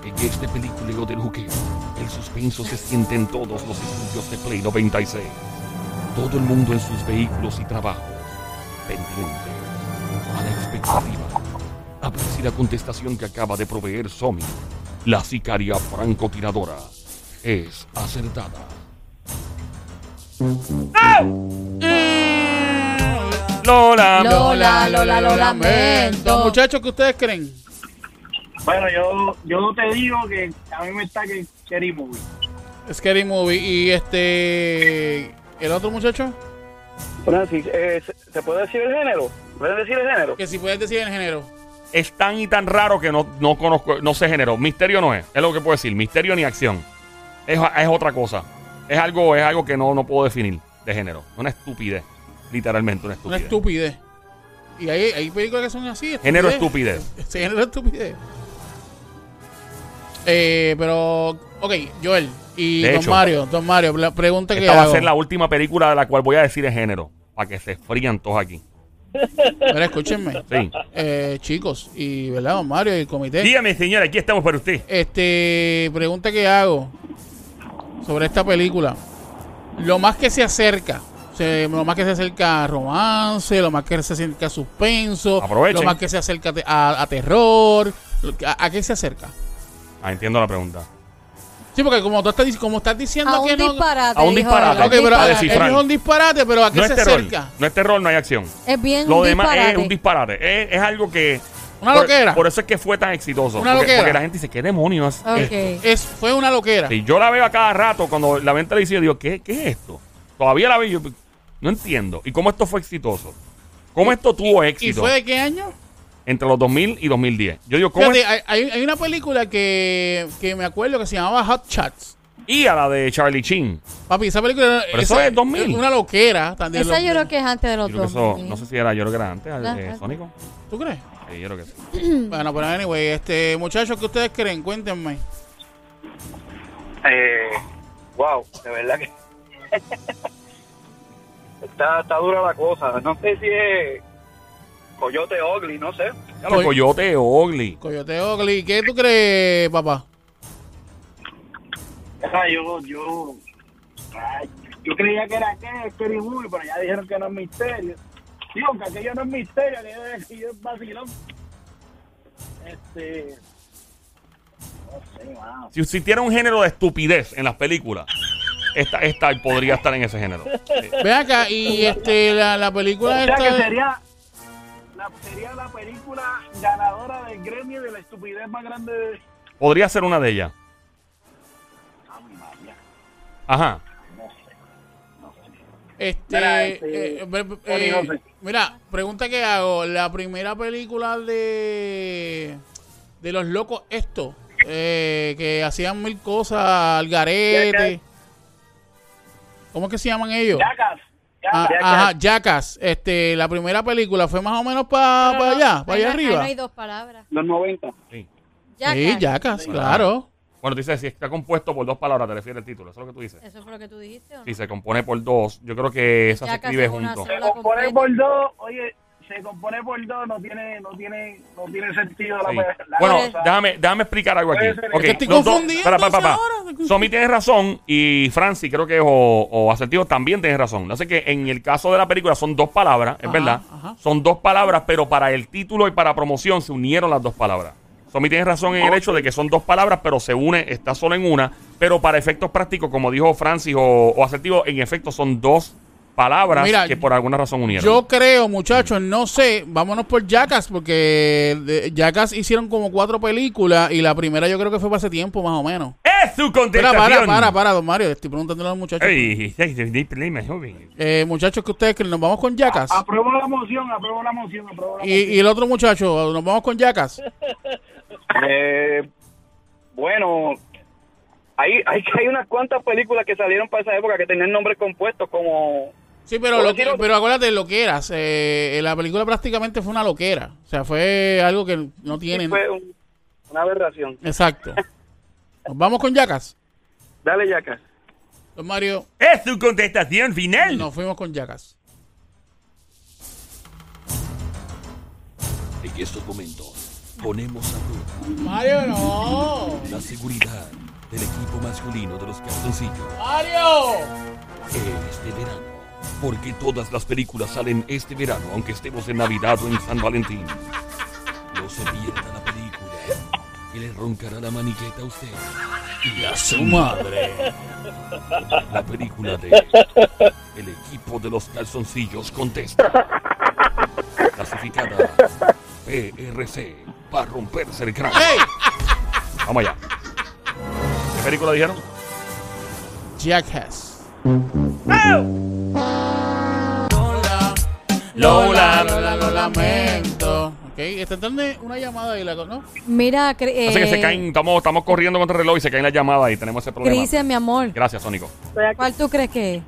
S6: En este peliculeo del juqueo, el suspenso se siente en todos los estudios de Play 96. Todo el mundo en sus vehículos y trabajos, pendientes, a la expectativa. A ver si la contestación que acaba de proveer Somi, la sicaria francotiradora, es acertada.
S1: Lola.
S3: Lola, Lola, lo lamento.
S2: Muchachos, ¿qué ustedes creen?
S4: Bueno, yo, yo te digo que a mí me está que Cherry Movie.
S2: Scary Movie. Y este. ¿El otro muchacho?
S5: Francis, eh, ¿se- ¿se puede decir el género? ¿Puedes decir el género?
S2: Que si puedes decir el género.
S1: es tan y tan raro que no, no conozco, no sé género. Misterio no es, es lo que puedo decir. Misterio ni acción. Es, es otra cosa. Es algo, es algo que no, no puedo definir de género. Una estupidez. Literalmente, una
S2: Una
S1: estupidez.
S2: estupidez. Y hay, hay películas que son así.
S1: género estupidez.
S2: Sí, género estupidez. Eh, pero. Ok, Joel. Y
S1: De
S2: Don
S1: hecho.
S2: Mario, Don Mario, la pregunta que
S1: Esta va a
S2: hago.
S1: ser la última película de la cual voy a decir el género. Para que se frían todos aquí.
S2: Pero escúchenme.
S1: Sí.
S2: Eh, chicos, y ¿verdad, Don Mario y el comité?
S1: Dígame, señora, aquí estamos para usted.
S2: Este, pregunta que hago sobre esta película. Lo más que se acerca, se- lo más que se acerca a romance, lo más que se acerca a suspenso,
S1: Aprovechen.
S2: lo más que se acerca a te- a, a terror, lo que- ¿a, a qué se acerca?
S1: Ah, entiendo la pregunta.
S2: Sí, porque como tú estás, dic- como estás diciendo
S3: A un
S2: que no...
S3: disparate.
S1: a un
S3: dijo
S1: disparate.
S3: él,
S2: Ok, pero
S1: A
S2: ah,
S1: descifrar.
S2: él dijo un disparate, pero ¿a qué
S1: No
S2: se
S1: es terror.
S2: acerca?
S1: No es terror, no hay acción.
S3: Es bien
S1: Lo
S3: un
S1: demás
S3: disparate.
S1: es un disparate. Es, es algo que.
S2: Una
S1: por,
S2: loquera.
S1: Por eso es que fue tan exitoso.
S2: Una
S1: porque,
S2: loquera.
S1: porque la gente dice, ¿qué demonios? Este, es esto?"
S3: Ok.
S2: Es, fue una loquera.
S1: Sí, yo la veo a cada rato cuando la ven televisión digo, ¿qué, qué es esto? Todavía la veo y yo, No entiendo. ¿Y cómo esto fue exitoso? ¿Cómo esto tuvo éxito?
S2: ¿Y fue de qué año?
S1: Entre los 2000 y 2010. Yo digo, ¿cómo
S2: Fíjate,
S1: es-
S2: hay, hay- hay una película que, que me acuerdo que se llamaba Hot Shots.
S1: Y a la de Charlie Chin.
S2: Papi, esa película
S1: Pero eso es 2000.
S2: una loquera. tan de
S3: Esa yo
S2: lo-
S3: creo que es antes de
S1: Yo
S3: los
S1: creo que
S3: dos.
S1: eso, no sé si era, yo creo que era antes,
S3: Ajá.
S1: eh, Sónico.
S2: ¿Tú crees?
S1: Sí, yo creo que sí.
S2: Bueno, pero anyway, este, muchachos, ¿qué ustedes creen? Cuéntenme.
S5: Eh, wow, de verdad que está, está dura la cosa. No sé si es Coyote Ogly, no sé.
S1: Ya lo coyote Ogly.
S2: Coyote Ogly, ¿qué tú crees, papá?
S4: Ah, yo, yo, ay, yo creía que era que Scary Movie, pero ya dijeron que no es misterio. Digo, que aquello no es misterio, aquello es, aquello es vacilón. Este, no sé, mano.
S1: Si existiera un género de estupidez en las películas, esta, esta podría estar en ese género. Sí.
S2: Ven acá, y este, la, la película
S4: O sea, que
S2: esta...
S4: sería la, sería la película ganadora del gremio de la estupidez más grande de...
S1: Podría ser una de ellas.
S4: Ah, mi madre,
S1: Ajá.
S4: no sé, no sé.
S2: Este,
S4: Mira, este,
S2: eh, ve- ve-
S4: Tony
S2: eh,
S4: Jose.
S2: mira, pregunta que hago. La primera película de de los locos esto, eh, que hacían mil cosas al garete.
S5: Jackass.
S2: ¿Cómo es que se llaman ellos?
S4: Jackass,
S2: Ah,
S4: Jackass.
S2: Ajá, Jackass. Este, la primera película fue más o menos Ah, para allá, para allá
S3: Ahí no
S2: arriba.
S3: hay dos palabras.
S5: Los 90.
S1: Sí.
S3: Jackass.
S2: Sí, Jackass, claro.
S1: Bueno, tú dices, si está compuesto por dos palabras, te refieres el título. ¿Eso es lo que tú dices?
S3: Eso fue lo que tú dijiste, ¿o no?
S1: Si se compone por dos, yo creo que esa se
S3: Jackass
S1: escribe
S3: es una
S1: junto.
S4: Se
S3: La
S4: compone
S3: completa.
S4: por dos, oye, se compone por dos, no tiene, no tiene, no tiene sentido la,
S1: Sí.
S4: la
S1: Bueno,
S4: cosa.
S1: déjame, déjame explicar algo aquí.
S4: Puede ser.
S1: Ok,
S2: Es que estoy
S1: los dos-
S2: confundiendo
S1: espera, pa, pa, pa.
S2: ahora.
S1: Somi tienes razón y Franci creo que es, o, o Asertivo también tienes razón. Así que en el caso de la película son dos palabras, es
S2: Ajá,
S1: verdad.
S2: ajá.
S1: Son dos palabras, pero para el título y para promoción se unieron las dos palabras. Somi tienes razón en el hecho de que son dos palabras, pero se une, está solo en una. Pero para efectos prácticos, como dijo Francis o, o Asertivo, en efecto son dos palabras
S2: Mira,
S1: que por alguna razón unieron.
S2: Yo creo, muchachos, no sé, vámonos por Jackass, porque de- Jackass hicieron como cuatro películas y la primera yo creo que fue para ese tiempo, más o menos.
S1: ¡Es su
S2: Espera,
S1: contestación!
S2: para, para, para, don Mario, le estoy preguntando a los muchachos.
S1: Ey, ey, ey, ey, problema, joven.
S2: Eh, muchachos, que ustedes creen? ¿Nos vamos con Jackass?
S5: Ah,
S4: Apruebo la moción, apruebo la moción, apruebo la
S2: Y,
S4: moción.
S2: y el otro muchacho, ¿nos vamos con Jackass?
S5: Eh, bueno, hay, hay, hay unas cuantas películas que salieron para esa época que tenían nombres compuestos como...
S2: Sí, pero,
S5: Bueno,
S2: lo que-
S5: sí, no-
S2: pero acuérdate, loqueras. Eh, la película prácticamente fue una loquera. O sea, fue algo que no tienen.
S5: Fue un- una aberración.
S2: Exacto. ¿Nos vamos con Jackass?
S5: Dale, Yacas.
S2: Don Mario,
S1: ¡Es su contestación final!
S2: nos fuimos con Jackass.
S6: En estos momentos ponemos a prueba
S2: Mario, no.
S6: la seguridad del equipo masculino de los calzoncillos.
S2: Mario.
S6: este verano. Porque todas las películas salen este verano, aunque estemos en Navidad o en San Valentín. No se pierda la película que le roncará la maniqueta a usted y a su madre. La película de El equipo de los calzoncillos contesta. Clasificada PRC para romperse el cráneo.
S2: ¡Hey!
S1: Vamos allá. ¿Qué película dijeron?
S2: Jackass.
S1: Lola,
S2: lo lamento. Ok, está entrando una llamada y la co- ¿no?
S3: Mira, cre-
S1: Así que
S3: eh,
S1: se caen, estamos, estamos corriendo contra el reloj y se caen las llamadas y tenemos ese problema.
S3: Cristian, mi amor.
S1: Gracias, Sónico.
S7: Estoy aquí.
S3: ¿Cuál tú crees que es?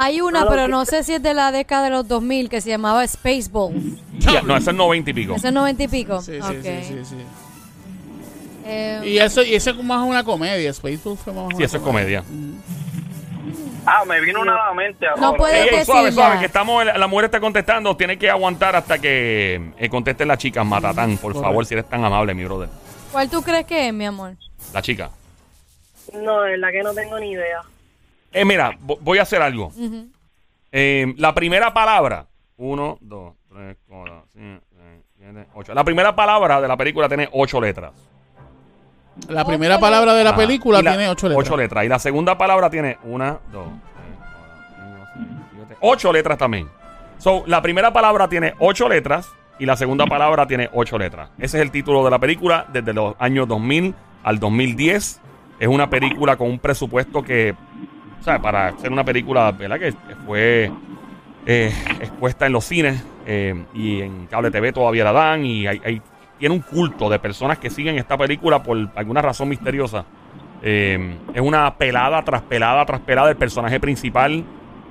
S3: Hay una, pero no sé si es de la década de los 2000 que se llamaba Spaceballs.
S1: Ya, no, ese es 90 y pico.
S3: ¿Eso es 90 y pico?
S2: Sí, sí,
S3: Ok.
S2: sí, sí, sí.
S3: Eh,
S2: Y eso, y eso es más una comedia. Spaceball fue más una
S1: Sí, eso es comedia.
S5: Ah, me vino una a la mente ahora. Eh,
S3: No puede-
S1: Ey, ey,
S3: que
S1: Eh, suave,
S3: sí,
S1: suave,
S3: ya.
S1: que estamos, la la mujer está contestando. Tiene que aguantar hasta que eh, contesten las chicas. Matatán, por
S2: Correcto.
S1: favor, si eres tan amable, mi brother.
S3: ¿Cuál tú crees que es, mi amor?
S1: La chica.
S7: No, de verdad que no tengo ni idea.
S1: Eh, mira, vo- voy a hacer algo.
S3: Ujú.
S1: Eh, la primera palabra. Uno, dos, tres, cuatro, cinco, seis, siete, ocho. La primera palabra de la película tiene ocho letras.
S2: La primera
S3: Ocho
S2: palabra de la
S1: Ajá.
S2: película
S1: Ah, Y la-
S2: tiene ocho letras.
S1: Ocho letras. Y la segunda palabra tiene una, dos, tres, cuatro, cinco, seis, siete, ocho letras también. So, la primera palabra tiene ocho letras y la segunda palabra tiene ocho letras. Ese es el título de la película desde los años 2000 al 2010. es una película con un presupuesto que, o sea, para ser una película, ¿verdad? Que fue eh, expuesta en los cines eh, y en cable TV todavía la dan y hay, hay- tiene un culto de personas que siguen esta película por alguna razón misteriosa. Eh, es una pelada tras pelada tras pelada. El personaje principal,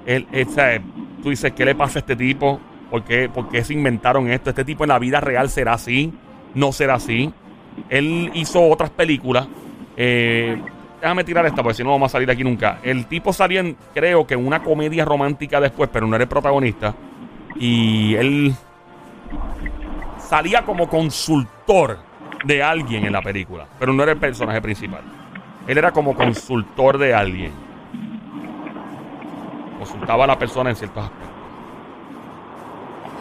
S1: él, él, o sea, tú dices, ¿qué le pasa a este tipo? ¿Por qué, por qué se inventaron esto? ¿Este tipo en la vida real será así? ¿No será así? Él hizo otras películas. Eh, déjame tirar esta, porque si no, no vamos a salir de aquí nunca. El tipo salía, en, creo que, en una comedia romántica después, pero no era el protagonista. Y él salía como consultor de alguien en la película, pero no era el personaje principal. Él era como consultor de alguien. Consultaba a la persona en ciertos aspectos.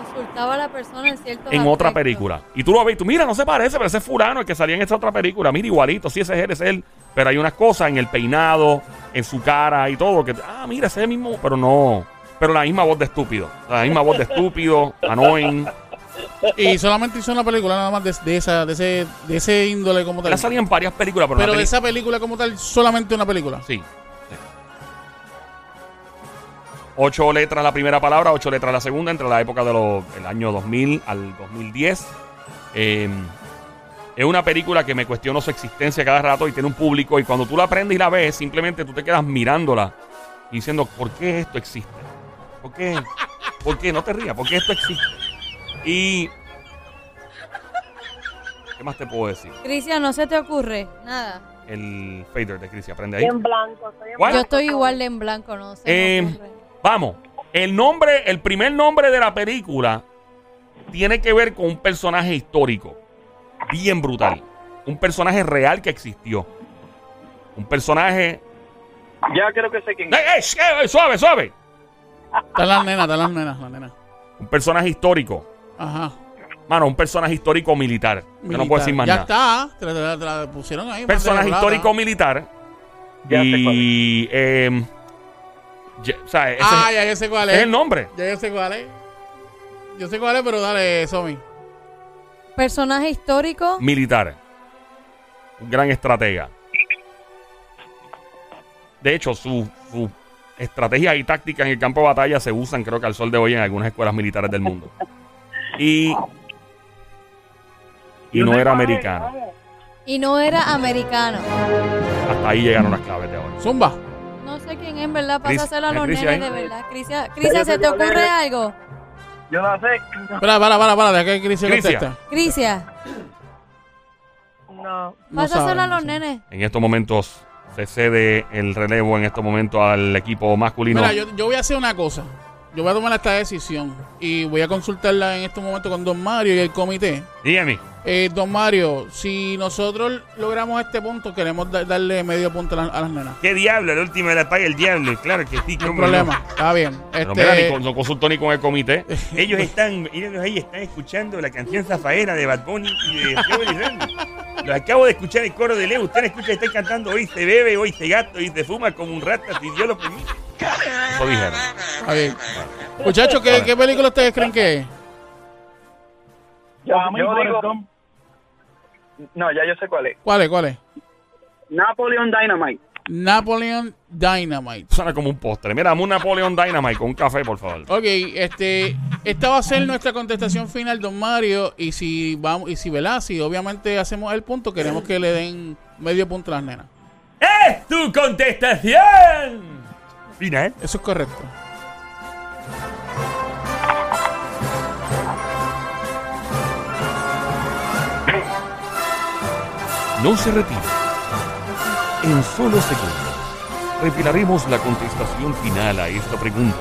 S3: Insultaba a la persona en cierto
S1: en otra película. Y tú lo ves, y tú, mira, no se parece, pero ese es fulano, el que salía en esta otra película. Mira, igualito, sí, ese es él, ese es él. Pero hay unas cosas en el peinado, en su cara y todo, que, ah, mira, ese es el mismo, pero no. Pero la misma voz de estúpido. La misma voz de estúpido, annoying.
S2: Y solamente hizo una película nada más de, de esa, de ese, de ese índole como tal.
S1: Él ha salido en varias películas, pero,
S2: Pero
S1: la
S2: de
S1: peli-
S2: esa película como tal, solamente una película.
S1: Sí. Ocho letras la primera palabra, ocho letras la segunda, entre la época del año 2000 al 2010. Eh, es una película que me cuestiono su existencia cada rato y tiene un público. Y cuando tú la aprendes y la ves, simplemente tú te quedas mirándola y diciendo, ¿por qué esto existe? ¿Por qué? ¿Por qué? No te rías, ¿por qué esto existe? Y... ¿Qué más te puedo decir?
S3: Cristian, no se te ocurre nada.
S1: El fader de Chris, aprende ahí.
S7: Estoy en blanco, estoy en
S1: ¿Cuál?
S3: Yo
S7: blanco.
S3: estoy igual de en blanco, no sé.
S1: Eh, vamos, el nombre, el primer nombre de la película tiene que ver con un personaje histórico, bien brutal, un personaje real que existió, un personaje. ¡Eh,
S5: Ya creo que sé quién
S1: ¡Ey, ey, sh- ey, ey, suave, suave.
S2: Están las nenas, están las nenas, las nenas.
S1: Un personaje histórico,
S2: Ajá.
S1: mano, un personaje histórico militar. Yo no puedo decir más
S2: ya
S1: nada.
S2: está, te la, te la- te la pusieron ahí.
S1: personaje
S2: más de
S1: histórico
S2: plata.
S1: militar
S5: Ya sé cuál
S1: y, eh, ya- o sea, ese es-
S2: Ah, ya yo sé cuál
S1: es
S2: es.
S1: el nombre.
S2: Ya yo sé cuál es. Yo sé cuál es, pero dale, Somi.
S3: Personaje histórico.
S1: militar. Un gran estratega. De hecho, sus su estrategias y tácticas en el campo de batalla se usan, creo que al sol de hoy, en algunas escuelas militares del mundo. Y. Y no era
S5: Eh,
S1: americano.
S3: Y no era americano.
S1: Hasta ahí llegaron las claves de ahora.
S2: Zumba.
S3: No sé quién es, en verdad.
S1: Cris-
S3: Pásaselo a los
S1: Cris
S3: nenes,
S1: ahí.
S3: de verdad. Crisia, Crisia,
S5: yo
S3: ¿se
S5: sé
S3: te
S5: cuál es.
S3: ocurre algo?
S5: Yo la sé.
S2: Para, para, para, para, deja que Cristian
S1: Crisia.
S2: contesta.
S3: Crisia,
S7: No.
S2: No sabe,
S3: pásaselo a
S2: no
S3: los
S2: sabe.
S3: nenes.
S1: En estos momentos se cede el relevo en estos momentos al equipo masculino.
S2: Mira, yo, yo voy a hacer una cosa. Yo voy a tomar esta decisión y voy a consultarla en este momento con Don Mario y el comité.
S1: Dígame.
S2: Eh, don Mario, si nosotros logramos este punto, queremos da- darle medio punto a, la- a las nenas.
S1: ¿Qué diablo? El último la paga el diablo. Claro que sí,
S2: No hay problema, está bien.
S1: Pero mira, ni
S2: Este,
S1: con- no consultó ni con el comité.
S8: Ellos están, ellos ahí están escuchando la canción Zafaera de Bad Bunny y de Diego Elizondo. Lo acabo de escuchar el coro de Leo. Usted la escucha, está cantando hoy se bebe, hoy se gato, hoy se fuma como un rata, si Dios lo permite.
S1: Eso dijeron.
S2: está bien. Muchachos, ¿qué, ¿qué película ustedes creen que es?
S5: Yo,
S4: A mí,
S5: yo
S4: Forrest
S5: digo,
S4: Gump.
S5: no, ya yo sé cuál es.
S2: ¿Cuál es? ¿Cuál es?
S5: Napoleon Dynamite.
S2: Napoleon Dynamite.
S1: Suena como un postre. Mira, dame un Napoleon Dynamite con un café, por favor.
S2: Ok, este, esta va a ser nuestra contestación final, don Mario. Y si vamos, y si ¿verdad? Si obviamente hacemos el punto, queremos que le den medio punto a las nenas.
S8: ¡Es tu contestación! Final.
S2: Eso es correcto.
S1: No se retire. En solo segundos, revelaremos la contestación final a esta pregunta.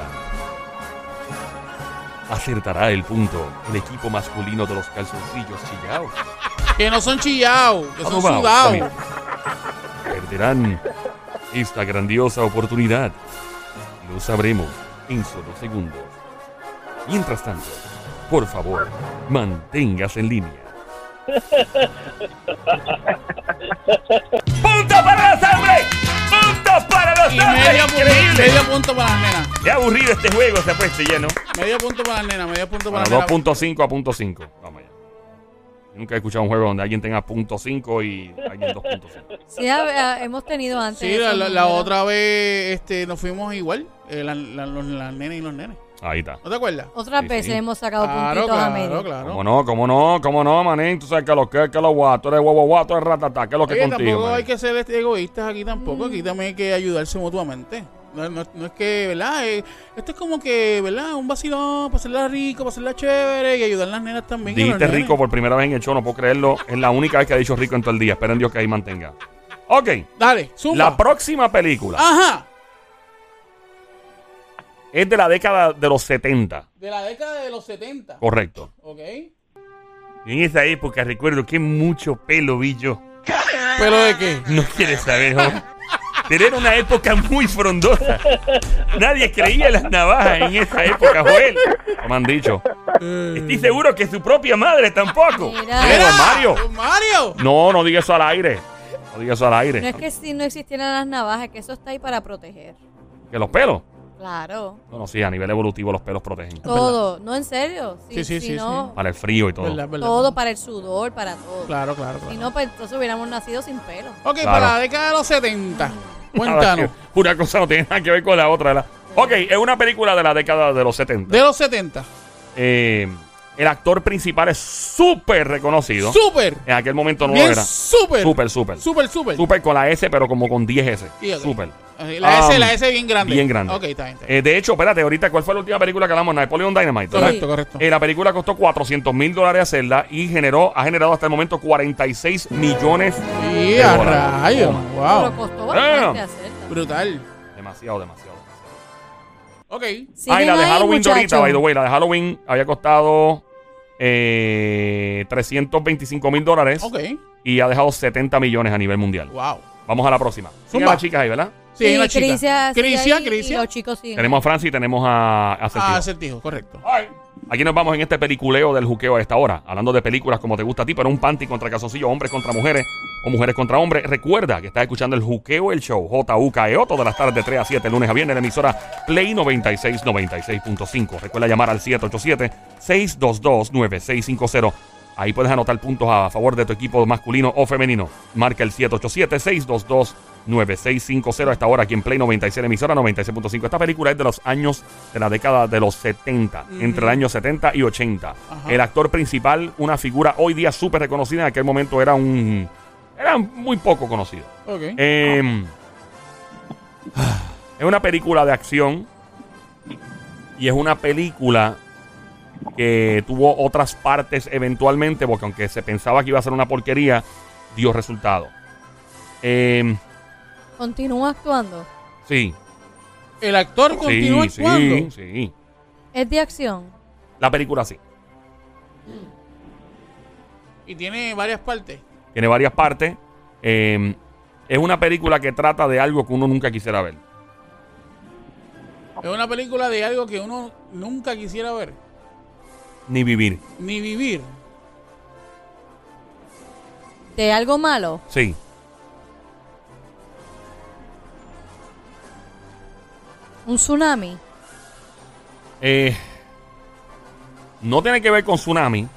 S1: ¿Acertará el punto el equipo masculino de los calzoncillos chillaos?
S2: Que no son chillados, que son
S1: Adobados,
S2: sudados.
S1: también. Perderán esta grandiosa oportunidad. Lo sabremos en solo segundos. Mientras tanto, por favor, manténgase en línea.
S8: ¡Punto para los hombres! ¡Punto para los
S2: Y
S8: hombres!
S2: medio, punto-
S8: ¡Increíble!
S2: medio punto para las nenas.
S8: ¡Qué aburrido este juego se ha puesto ya, ¿no?
S2: Medio punto para las nenas, medio punto para
S1: Bueno,
S2: las nenas.
S1: 2.5 a punto .5. Vamos allá. Nunca he escuchado un juego donde alguien tenga punto .5 y alguien 2.5.
S3: Sí, a- a- hemos tenido antes.
S2: Sí, la,
S3: esos
S2: la- la
S3: números.
S2: otra vez este, nos fuimos igual, eh, la- la- los, las nenes y los nenes.
S1: Ahí está.
S2: ¿No te acuerdas?
S3: Otras
S1: Sí,
S3: veces
S1: sí.
S3: hemos sacado puntitos a medio.
S2: claro.
S1: ¿Cómo no? ¿Cómo no? ¿Cómo no, manín? Tú sabes que lo que, que lo guato, tú eres guau, guau, guau, tú eres ratatá, que lo que
S2: Oye,
S1: contigo.
S2: tampoco hay
S1: manín?
S2: que ser este, egoístas aquí tampoco, aquí también hay que ayudarse mutuamente. No, no- no es que, ¿verdad? Eh, esto es como que, ¿verdad? Un vacilón, pasarla rico, pasarla chévere y ayudar a las nenas también. y a los
S1: Dijiste
S2: nenes.
S1: rico por primera vez en el show, no puedo creerlo. Es la única vez que ha dicho rico en todo el día. Esperen Dios que ahí mantenga. Ok,
S2: Dale, zumba.
S1: la próxima película
S2: Ajá.
S1: es de la década de los 70,
S2: De la década de los 70.
S1: correcto.
S2: ¿Ok?
S8: En esa época recuerdo que mucho pelo vi yo.
S2: ¿Pero de qué?
S8: No quieres saber, hombre. Pero era una época muy frondosa. Nadie creía en las navajas en esa época, Joel.
S1: Como han dicho.
S8: Estoy seguro que su propia madre tampoco.
S3: Mira,
S1: Mira, don Mario.
S2: ¡Don Mario!
S1: No, no digas eso al aire. No digas eso al aire.
S3: no es que si no existieran las navajas, que eso está ahí para proteger.
S1: Que los pelos.
S3: Claro.
S1: No, no, sí, a nivel evolutivo los pelos protegen.
S3: Todo. No, en serio. Si,
S2: Sí, sí,
S3: si
S2: sí,
S3: no,
S1: Para el frío y todo. Ah,
S2: ¿Verdad, verdad?
S3: todo para el sudor, para todo.
S2: Claro, claro,
S3: Si
S2: claro.
S3: no, pues entonces hubiéramos nacido sin pelo.
S2: Ok,
S1: Claro.
S2: para la década de los 70. Cuéntanos.
S1: Una cosa no tiene nada que ver con la otra. ¿verdad? Ok, es una película de la década de los 70.
S2: De los 70.
S1: Eh, el actor principal es súper reconocido.
S2: ¡Súper!
S1: En aquel momento no lo
S2: Bien,
S1: era.
S2: súper.
S1: Súper, súper.
S2: Súper, súper.
S1: Súper con la S, pero como con 10 S.
S2: Sí, ok.
S1: Súper.
S2: Así, La S,
S1: Um,
S2: la S bien grande.
S1: bien grande.
S2: Ok, está bien. está bien.
S1: Eh, de hecho, espérate, ahorita, ¿cuál fue la última película que hablamos? Napoleon Dynamite. ¿verdad?
S2: correcto, correcto.
S1: Eh, la película costó 400 mil dólares hacerla y generó, ha generado hasta el momento 46 millones
S2: Y
S1: de
S2: a
S1: dólares.
S2: rayos.
S1: Toma.
S3: Pero
S2: Wow.
S3: costó bastante
S1: Damn.
S3: hacerlo.
S2: Brutal.
S1: Demasiado, demasiado. demasiado.
S2: Ok.
S1: Ah, y
S3: Siguen
S1: la de
S3: ahí,
S1: Halloween de ahorita,
S3: muchachos.
S1: by the way, la de Halloween había costado eh, 325 mil dólares
S2: Ok.
S1: y ha dejado 70 millones a nivel mundial.
S2: Wow.
S1: Vamos a la próxima. Son
S2: Zumba.
S1: más chicas ahí, ¿verdad?
S2: Sí, hay
S3: Y
S2: una chica.
S3: Crisia, sigue
S2: Crisia,
S3: ahí, Y
S2: Crisia.
S3: los chicos siguen.
S1: Tenemos a Francis y tenemos a, a Certijo.
S2: Ah, acertijo, correcto.
S1: Aquí nos vamos en este peliculeo del juqueo a esta hora. Hablando de películas como te gusta a ti, pero un panty contra calzoncillo, hombres contra mujeres o mujeres contra hombres. Recuerda que estás escuchando el juqueo, el show J.U.K.E.O. E todas las tardes de 3 a 7, lunes a viernes, la emisora Play 96, 96.5. Recuerda llamar al 787-622-9650. Ahí puedes anotar puntos a favor de tu equipo masculino o femenino. Marca el 787-622-9650. A esta hora aquí en Play 96, la emisora 96.5. Esta película es de los años de la década de los 70, entre el año 70 y 80.
S2: Ajá.
S1: El actor principal, una figura hoy día súper reconocida, en aquel momento era un. Era muy poco conocido.
S2: Ok.
S1: Eh, es una película de acción y es una película que tuvo otras partes eventualmente, porque aunque se pensaba que iba a ser una porquería, dio resultado. Eh,
S3: Continúa actuando.
S1: sí,
S2: El actor continúa
S1: sí,
S2: actuando.
S1: sí, sí.
S3: Es de acción.
S1: La película sí.
S2: Y tiene varias partes.
S1: Tiene varias partes. Eh, es una película que trata de algo que uno nunca quisiera ver.
S2: Es una película de algo que uno nunca quisiera ver,
S1: Ni vivir.
S2: ni vivir.
S3: De algo malo.
S1: Sí.
S3: Un tsunami.
S1: Eh, no tiene que ver con tsunami,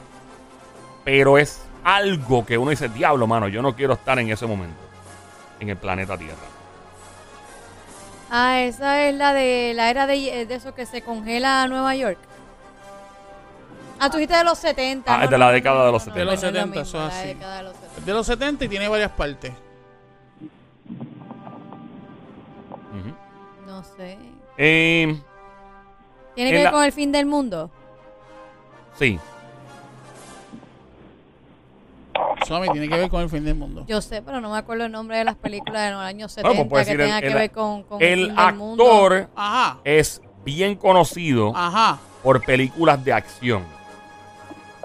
S1: pero es algo que uno dice, diablo, mano, yo no quiero estar en ese momento, en el planeta Tierra.
S3: Ah, esa es la de la era de, de eso que se congela a Nueva York. Ah, tú dijiste de los 70.
S1: Ah, es de la década de los
S2: De los
S3: 70,
S2: 70, eso es así.
S3: década de los 70.
S2: Es de los 70 y tiene varias partes.
S1: Ujú.
S3: No sé.
S1: Eh,
S3: ¿Tiene
S1: En
S3: que ver
S1: la-
S3: con el fin del mundo?
S1: sí,
S2: Tsunami tiene que ver con el fin del mundo.
S3: Yo sé, pero no me acuerdo el nombre de las películas de los años
S1: Bueno, pues
S3: 70
S1: puede
S3: que
S1: decir el-
S3: tengan que
S1: el-
S3: ver con, con
S1: el
S3: fin del mundo. Ah.
S1: actor
S2: Ajá,
S1: es bien conocido
S2: ajá.
S1: por películas de acción.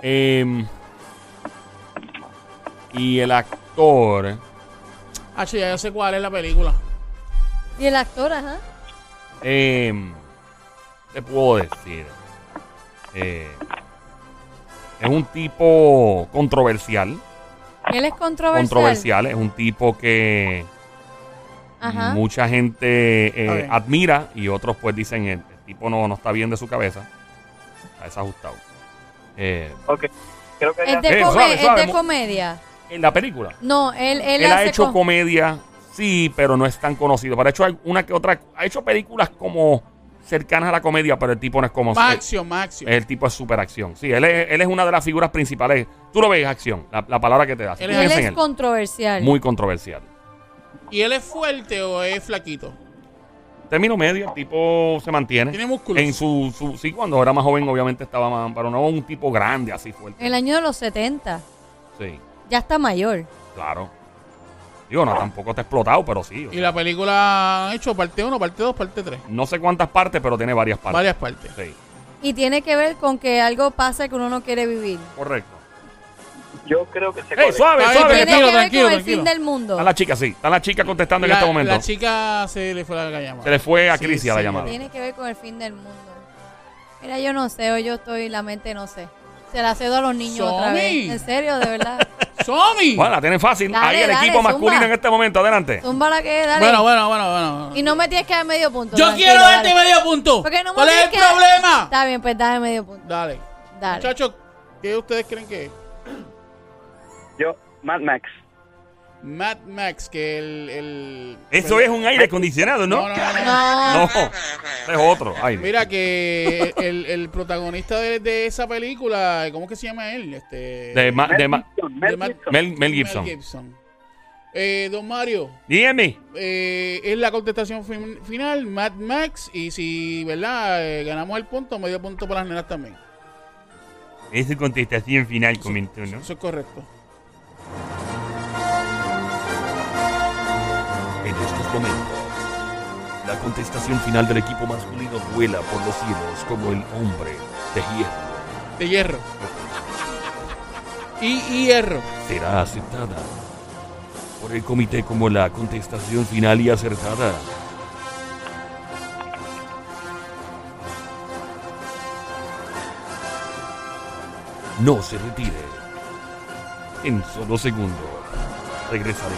S1: Eh, y el actor,
S2: Ah, sí, ya yo sé cuál es la película.
S3: Y el actor, ajá.
S1: eh, ¿qué puedo decir? Eh, es un tipo controversial.
S3: Él es controversial.
S1: controversial. Es un tipo que
S3: Ajá.
S1: mucha gente eh,
S2: Está bien.
S1: admira y otros pues dicen, el, el tipo no, no está bien de su cabeza. Está desajustado. Eh,
S5: Ok. creo que
S3: Es
S5: ella...
S3: de,
S1: Eh,
S3: come-
S1: suave,
S3: es
S1: suave,
S3: de
S1: mo-
S3: comedia.
S1: En la película.
S3: No, él, él,
S1: Él ha
S3: hace
S1: hecho
S3: co-
S1: comedia, sí, pero no es tan conocido. Pero ha hecho una que otra. Ha hecho películas como cercanas a la comedia, pero el tipo no es como.
S2: Más acción, más acción.
S1: El tipo es super acción. Sí, él es, él es una de las figuras principales. Tú lo ves, acción, la, la palabra que te das.
S2: Él
S3: y
S2: es
S3: él
S1: Piensa en
S3: es
S1: él.
S3: controversial.
S1: Muy controversial.
S2: ¿Y él es fuerte o es flaquito?
S1: Término medio, el tipo se mantiene.
S2: Tiene músculos.
S1: En su, su- Sí, cuando era más joven, obviamente estaba más. Pero no un tipo grande, así fuerte.
S3: El año de los 70.
S1: Sí,
S3: Ya está mayor.
S1: claro. Digo, no, tampoco te ha explotado, pero sí. o
S2: Y
S1: sea,
S2: la película ha hecho parte 1, parte 2, parte 3.
S1: no sé cuántas partes, pero tiene varias partes.
S2: Varias partes.
S1: Sí,
S3: Y tiene que ver con que algo pasa que uno no quiere vivir.
S1: correcto.
S5: Yo creo que se
S1: ¡Ey, suave,
S2: Está
S1: suave!
S2: bien,
S3: Tiene que
S2: tranquilo,
S3: ver
S2: tranquilo,
S3: con el
S2: tranquilo.
S3: fin del mundo.
S1: Está la chica, sí. Está la chica contestando
S2: la,
S1: en este momento.
S2: la chica se le fue la llamada.
S1: Se le fue a Crisia la
S2: sí,
S1: llamada.
S3: Tiene que ver con el fin del mundo. Mira, yo no sé, hoy yo estoy, la mente no sé. Se la cedo a los niños otra
S2: Somi.
S3: vez. En serio, de verdad.
S2: ¡Somi!
S1: Bueno, la tienen fácil.
S3: Dale,
S1: Ahí el
S3: dale,
S1: equipo
S3: zumba.
S1: masculino en este momento. Adelante.
S3: Tumba la que es, dale.
S2: Bueno, bueno, bueno, bueno.
S3: Y no me tienes que dar medio punto.
S2: Yo
S3: tranquilo,
S2: quiero
S3: dale.
S2: darte medio punto.
S3: ¿Por qué no me
S2: ¿Cuál es el
S3: tienes que dar-
S2: problema?
S3: Está bien, pues dame medio punto.
S2: Dale.
S3: Dale.
S2: Muchachos, ¿qué ustedes creen que es?
S5: Yo, Mad Max.
S2: Mad Max, que el... el-
S8: Eso es un aire acondicionado,
S2: No,
S8: ¿no?
S2: no, no, no.
S3: No.
S1: No, ese es otro. Ay, Dios.
S2: Mira que el, el protagonista de, de esa película, ¿cómo que se llama él? Este,
S1: de, ma- de ma-
S5: Gibson,
S2: de Mad-
S5: Gibson.
S1: Mel, Mel Gibson.
S2: Eh, don Mario,
S1: Dígame.
S2: eh, es la contestación fin- final, Mad Max, y si, ¿verdad? Eh, ganamos el punto, medio punto para las nenas también.
S8: Es su contestación final, comentó, ¿no?
S2: Eso es correcto.
S6: En estos momentos, la contestación final del equipo masculino vuela por los cielos como el hombre de hierro.
S2: De hierro. Y, y hierro.
S6: Será aceptada por el comité como la contestación final y acertada. No se retire. En solo segundos regresaré.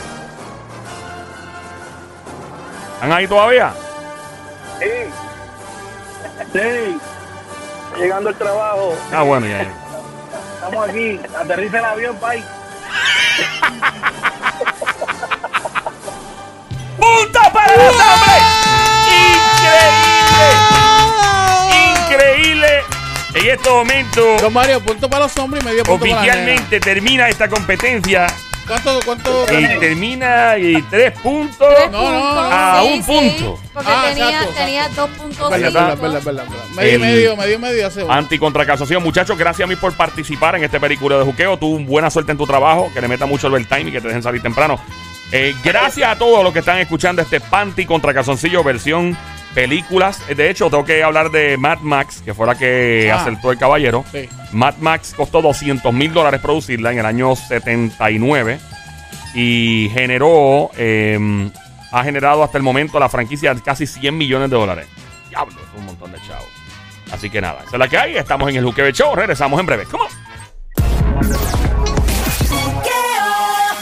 S1: ¿Están ahí todavía?
S5: Sí,
S4: Sí,
S5: llegando al trabajo.
S1: Ah, bueno, ya, ya.
S4: estamos aquí. Aterriza el avión, país.
S1: ¡Punto para los hombres! ¡Increíble! ¡Increíble! En este momento,
S2: Don Mario, punto para los hombres y medio punto para las nenas.
S1: oficialmente termina esta competencia.
S2: ¿Cuánto, cuánto?
S1: Y termina y tres puntos.
S3: Tres
S2: No, no,
S3: puntos,
S1: a
S3: sí,
S1: un
S3: sí,
S1: punto.
S3: porque
S2: Ah,
S3: tenía,
S2: exacto,
S3: tenía
S2: exacto.
S3: dos puntos.
S2: Verdad,
S1: Ahí está.
S2: verdad, verdad, verdad, verdad. Medio,
S1: El-
S2: y medio, medio, y medio, hace uno.
S1: Anticontracasación, muchachos, gracias a mí por participar en este periculeo de juqueo. Tuvo buena suerte en tu trabajo, que le meta mucho el time y que te dejen salir temprano. Eh, gracias a todos los que están escuchando este Panty contra Calzoncillo, versión películas. Eh, De hecho, tengo que hablar de Mad Max, que fue la que
S2: Ah.
S1: acertó el caballero.
S2: Sí.
S1: Mad Max costó 200 mil dólares producirla en el año 79 y generó, eh, ha generado hasta el momento la franquicia casi 100 millones de dólares. Diablo, es un montón de chavos. Así que nada, esa es la que hay. Estamos en el Juquebe Show. Regresamos en breve. ¡Come